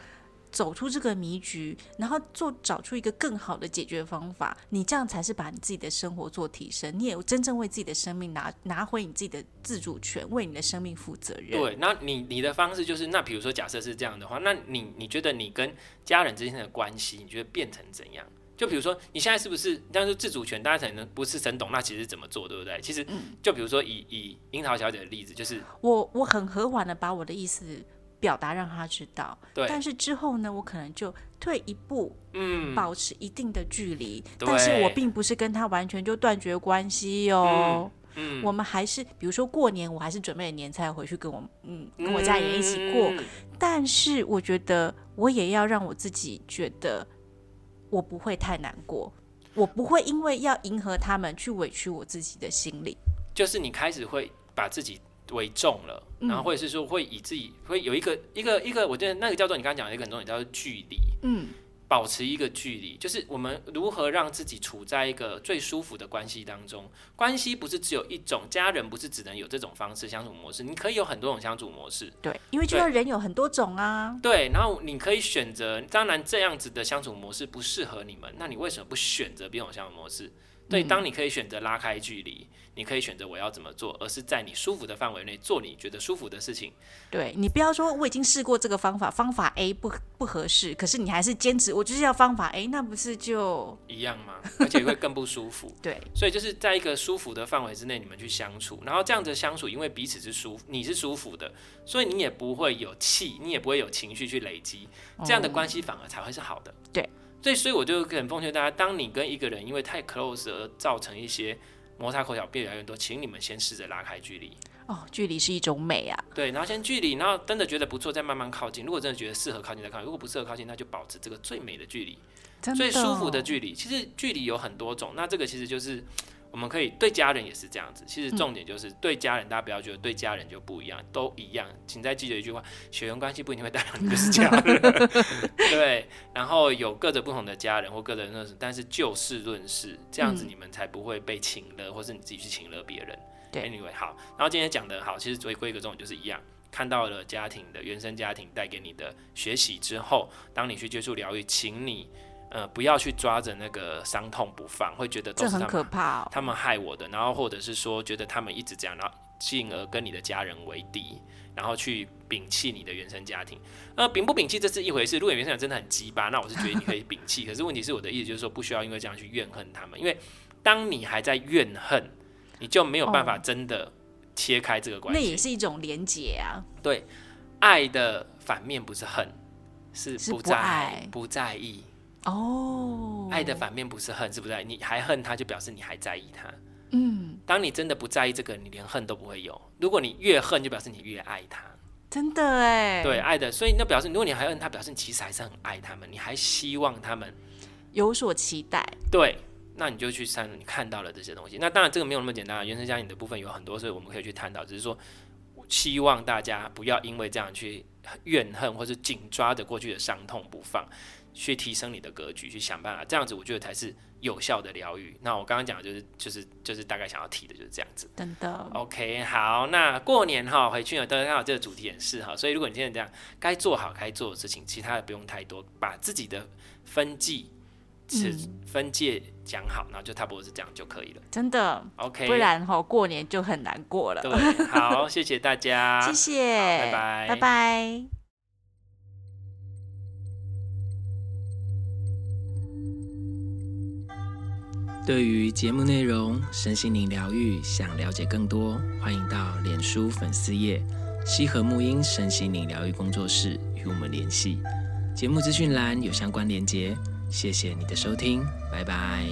[SPEAKER 2] 走出这个迷局，然后做找出一个更好的解决方法，你这样才是把你自己的生活做提升，你也真正为自己的生命拿拿回你自己的自主权，为你的生命负责任。
[SPEAKER 1] 对，那你你的方式就是，那比如说假设是这样的话，那你你觉得你跟家人之间的关系，你觉得变成怎样？就比如说你现在是不是，但是自主权大家可能不是很懂，那其实怎么做，对不对？其实就比如说以以樱桃小姐的例子，就是
[SPEAKER 2] 我我很和缓的把我的意思表达让他知道，
[SPEAKER 1] 对，
[SPEAKER 2] 但是之后呢，我可能就退一步，
[SPEAKER 1] 嗯，
[SPEAKER 2] 保持一定的距离，
[SPEAKER 1] 对
[SPEAKER 2] 但是我并不是跟他完全就断绝关系哦。
[SPEAKER 1] 嗯
[SPEAKER 2] 我们还是，比如说过年，我还是准备了年菜回去跟我嗯跟我家人一起过，
[SPEAKER 1] 嗯
[SPEAKER 2] 但是我觉得我也要让我自己觉得我不会太难过，我不会因为要迎合他们去委屈我自己的心理。
[SPEAKER 1] 就是你开始会把自己为重了，然后或者是说会以自己会有一个一个一个，我觉得那个叫做你刚刚讲的一个很重点，叫做距离。
[SPEAKER 2] 嗯，
[SPEAKER 1] 保持一个距离，就是我们如何让自己处在一个最舒服的关系当中。关系不是只有一种，家人不是只能有这种方式相处模式，你可以有很多种相处模式。
[SPEAKER 2] 对，因为就像人有很多种啊，
[SPEAKER 1] 对，然后你可以选择，当然这样子的相处模式不适合你们，那你为什么不选择别种相处模式？对，当你可以选择拉开距离，你可以选择我要怎么做，而是在你舒服的范围内做你觉得舒服的事情。
[SPEAKER 2] 对你不要说我已经试过这个方法，方法 A 不不合适，可是你还是坚持我就是要方法 A，那不是就
[SPEAKER 1] 一样吗？而且会更不舒服。
[SPEAKER 2] [laughs] 对
[SPEAKER 1] 所以就是在一个舒服的范围之内，你们去相处，然后这样子相处，因为彼此是舒，你是舒服的，所以你也不会有气，你也不会有情绪去累积，这样的关系反而才会是好的。
[SPEAKER 2] 哦对，
[SPEAKER 1] 所以所以我就很奉劝大家，当你跟一个人因为太 close 而造成一些摩擦、口角、变越来越多，请你们先试着拉开距离，
[SPEAKER 2] 哦，距离是一种美啊。
[SPEAKER 1] 对，然后先距离，然后真的觉得不错，再慢慢靠近。如果真的觉得适合靠近，再靠近；如果不适合靠近，那就保持这个最美的距离。
[SPEAKER 2] 真
[SPEAKER 1] 最舒服
[SPEAKER 2] 哦
[SPEAKER 1] 的距离，其实距离有很多种。那这个其实就是我们可以对家人也是这样子。
[SPEAKER 2] 嗯
[SPEAKER 1] 其实重点就是对家人，大家不要觉得对家人就不一样，都一样。请再记得一句话：血缘关系不一定会代表你就是家
[SPEAKER 2] [laughs]
[SPEAKER 1] 人。对，然后有各着不同的家人或各着认识，但是就事论事，这样子
[SPEAKER 2] 嗯
[SPEAKER 1] 你们才不会被请了，或是你自己去请了别人。
[SPEAKER 2] 对
[SPEAKER 1] ，anyway，好。然后今天讲的好，其实回归一个重点就是一样。看到了家庭的原生家庭带给你的学习之后，当你去接触疗愈，请你呃，不要去抓着那个伤痛不放，会觉得都
[SPEAKER 2] 这
[SPEAKER 1] 是
[SPEAKER 2] 很
[SPEAKER 1] 他
[SPEAKER 2] 可
[SPEAKER 1] 们
[SPEAKER 2] 怕、哦。
[SPEAKER 1] 他们害我的，然后或者是说觉得他们一直这样，然后进而跟你的家人为敌，然后去摒弃你的原生家庭。呃，摒不摒弃这是一回事，如果你原生家庭真的很鸡巴，那我是觉得你可以摒
[SPEAKER 2] [laughs]
[SPEAKER 1] 弃。可是问题是我的意思就是说，不需要因为这样去怨恨他们，因为当你还在怨恨，你就没有办法
[SPEAKER 2] 哦
[SPEAKER 1] 真的切开这个关
[SPEAKER 2] 那
[SPEAKER 1] 系。
[SPEAKER 2] 也是一种连结啊，
[SPEAKER 1] 对，爱的反面不是恨，是
[SPEAKER 2] 是
[SPEAKER 1] 不
[SPEAKER 2] 不
[SPEAKER 1] 在
[SPEAKER 2] 爱
[SPEAKER 1] 不在意。
[SPEAKER 2] 哦，
[SPEAKER 1] 爱的反面不是恨，是不是？你还恨他，就表示你还在意他。
[SPEAKER 2] 嗯，
[SPEAKER 1] 当你真的不在意这个，你连恨都不会有。如果你越恨，就表示你越爱他。
[SPEAKER 2] 真的哎，
[SPEAKER 1] 对，，啊爱的，所以那表示，如果你还恨他，表示你其实还是很爱他们，你还希望他们
[SPEAKER 2] 有所期待，
[SPEAKER 1] 对。那你就去看你看到了这些东西。那当然，这个没有那么简单啊。原生家庭的部分有很多，所以我们可以去探讨。只是说，我希望大家不要因为这样去怨恨，或是紧抓着过去的伤痛不放，去提升你的格局，去想办法。这样子，我觉得才是有效的疗愈。那我刚刚讲的就是，就是，就是大概想要提的就是这样子。
[SPEAKER 2] 真的
[SPEAKER 1] OK，好，那过年哈回去呢，大家看到这个主题也是哈，所以如果你现在这样，该做好该做的事情，其他的不用太多，把自己的分际是
[SPEAKER 2] 嗯
[SPEAKER 1] 分界讲好，然后就差不多是这样就可以了。
[SPEAKER 2] 真的，
[SPEAKER 1] OK，
[SPEAKER 2] 不然哈、过年就很难过了。
[SPEAKER 1] 对，好，谢谢大家，
[SPEAKER 2] [laughs] 谢谢，
[SPEAKER 1] 好拜拜
[SPEAKER 2] 拜拜。
[SPEAKER 3] 对于节目内容、身心灵疗愈，想了解更多，欢迎到脸书粉丝页“西河沐音身心灵疗愈工作室”与我们联系。节目资讯栏有相关连结。谢谢你的收听，拜拜。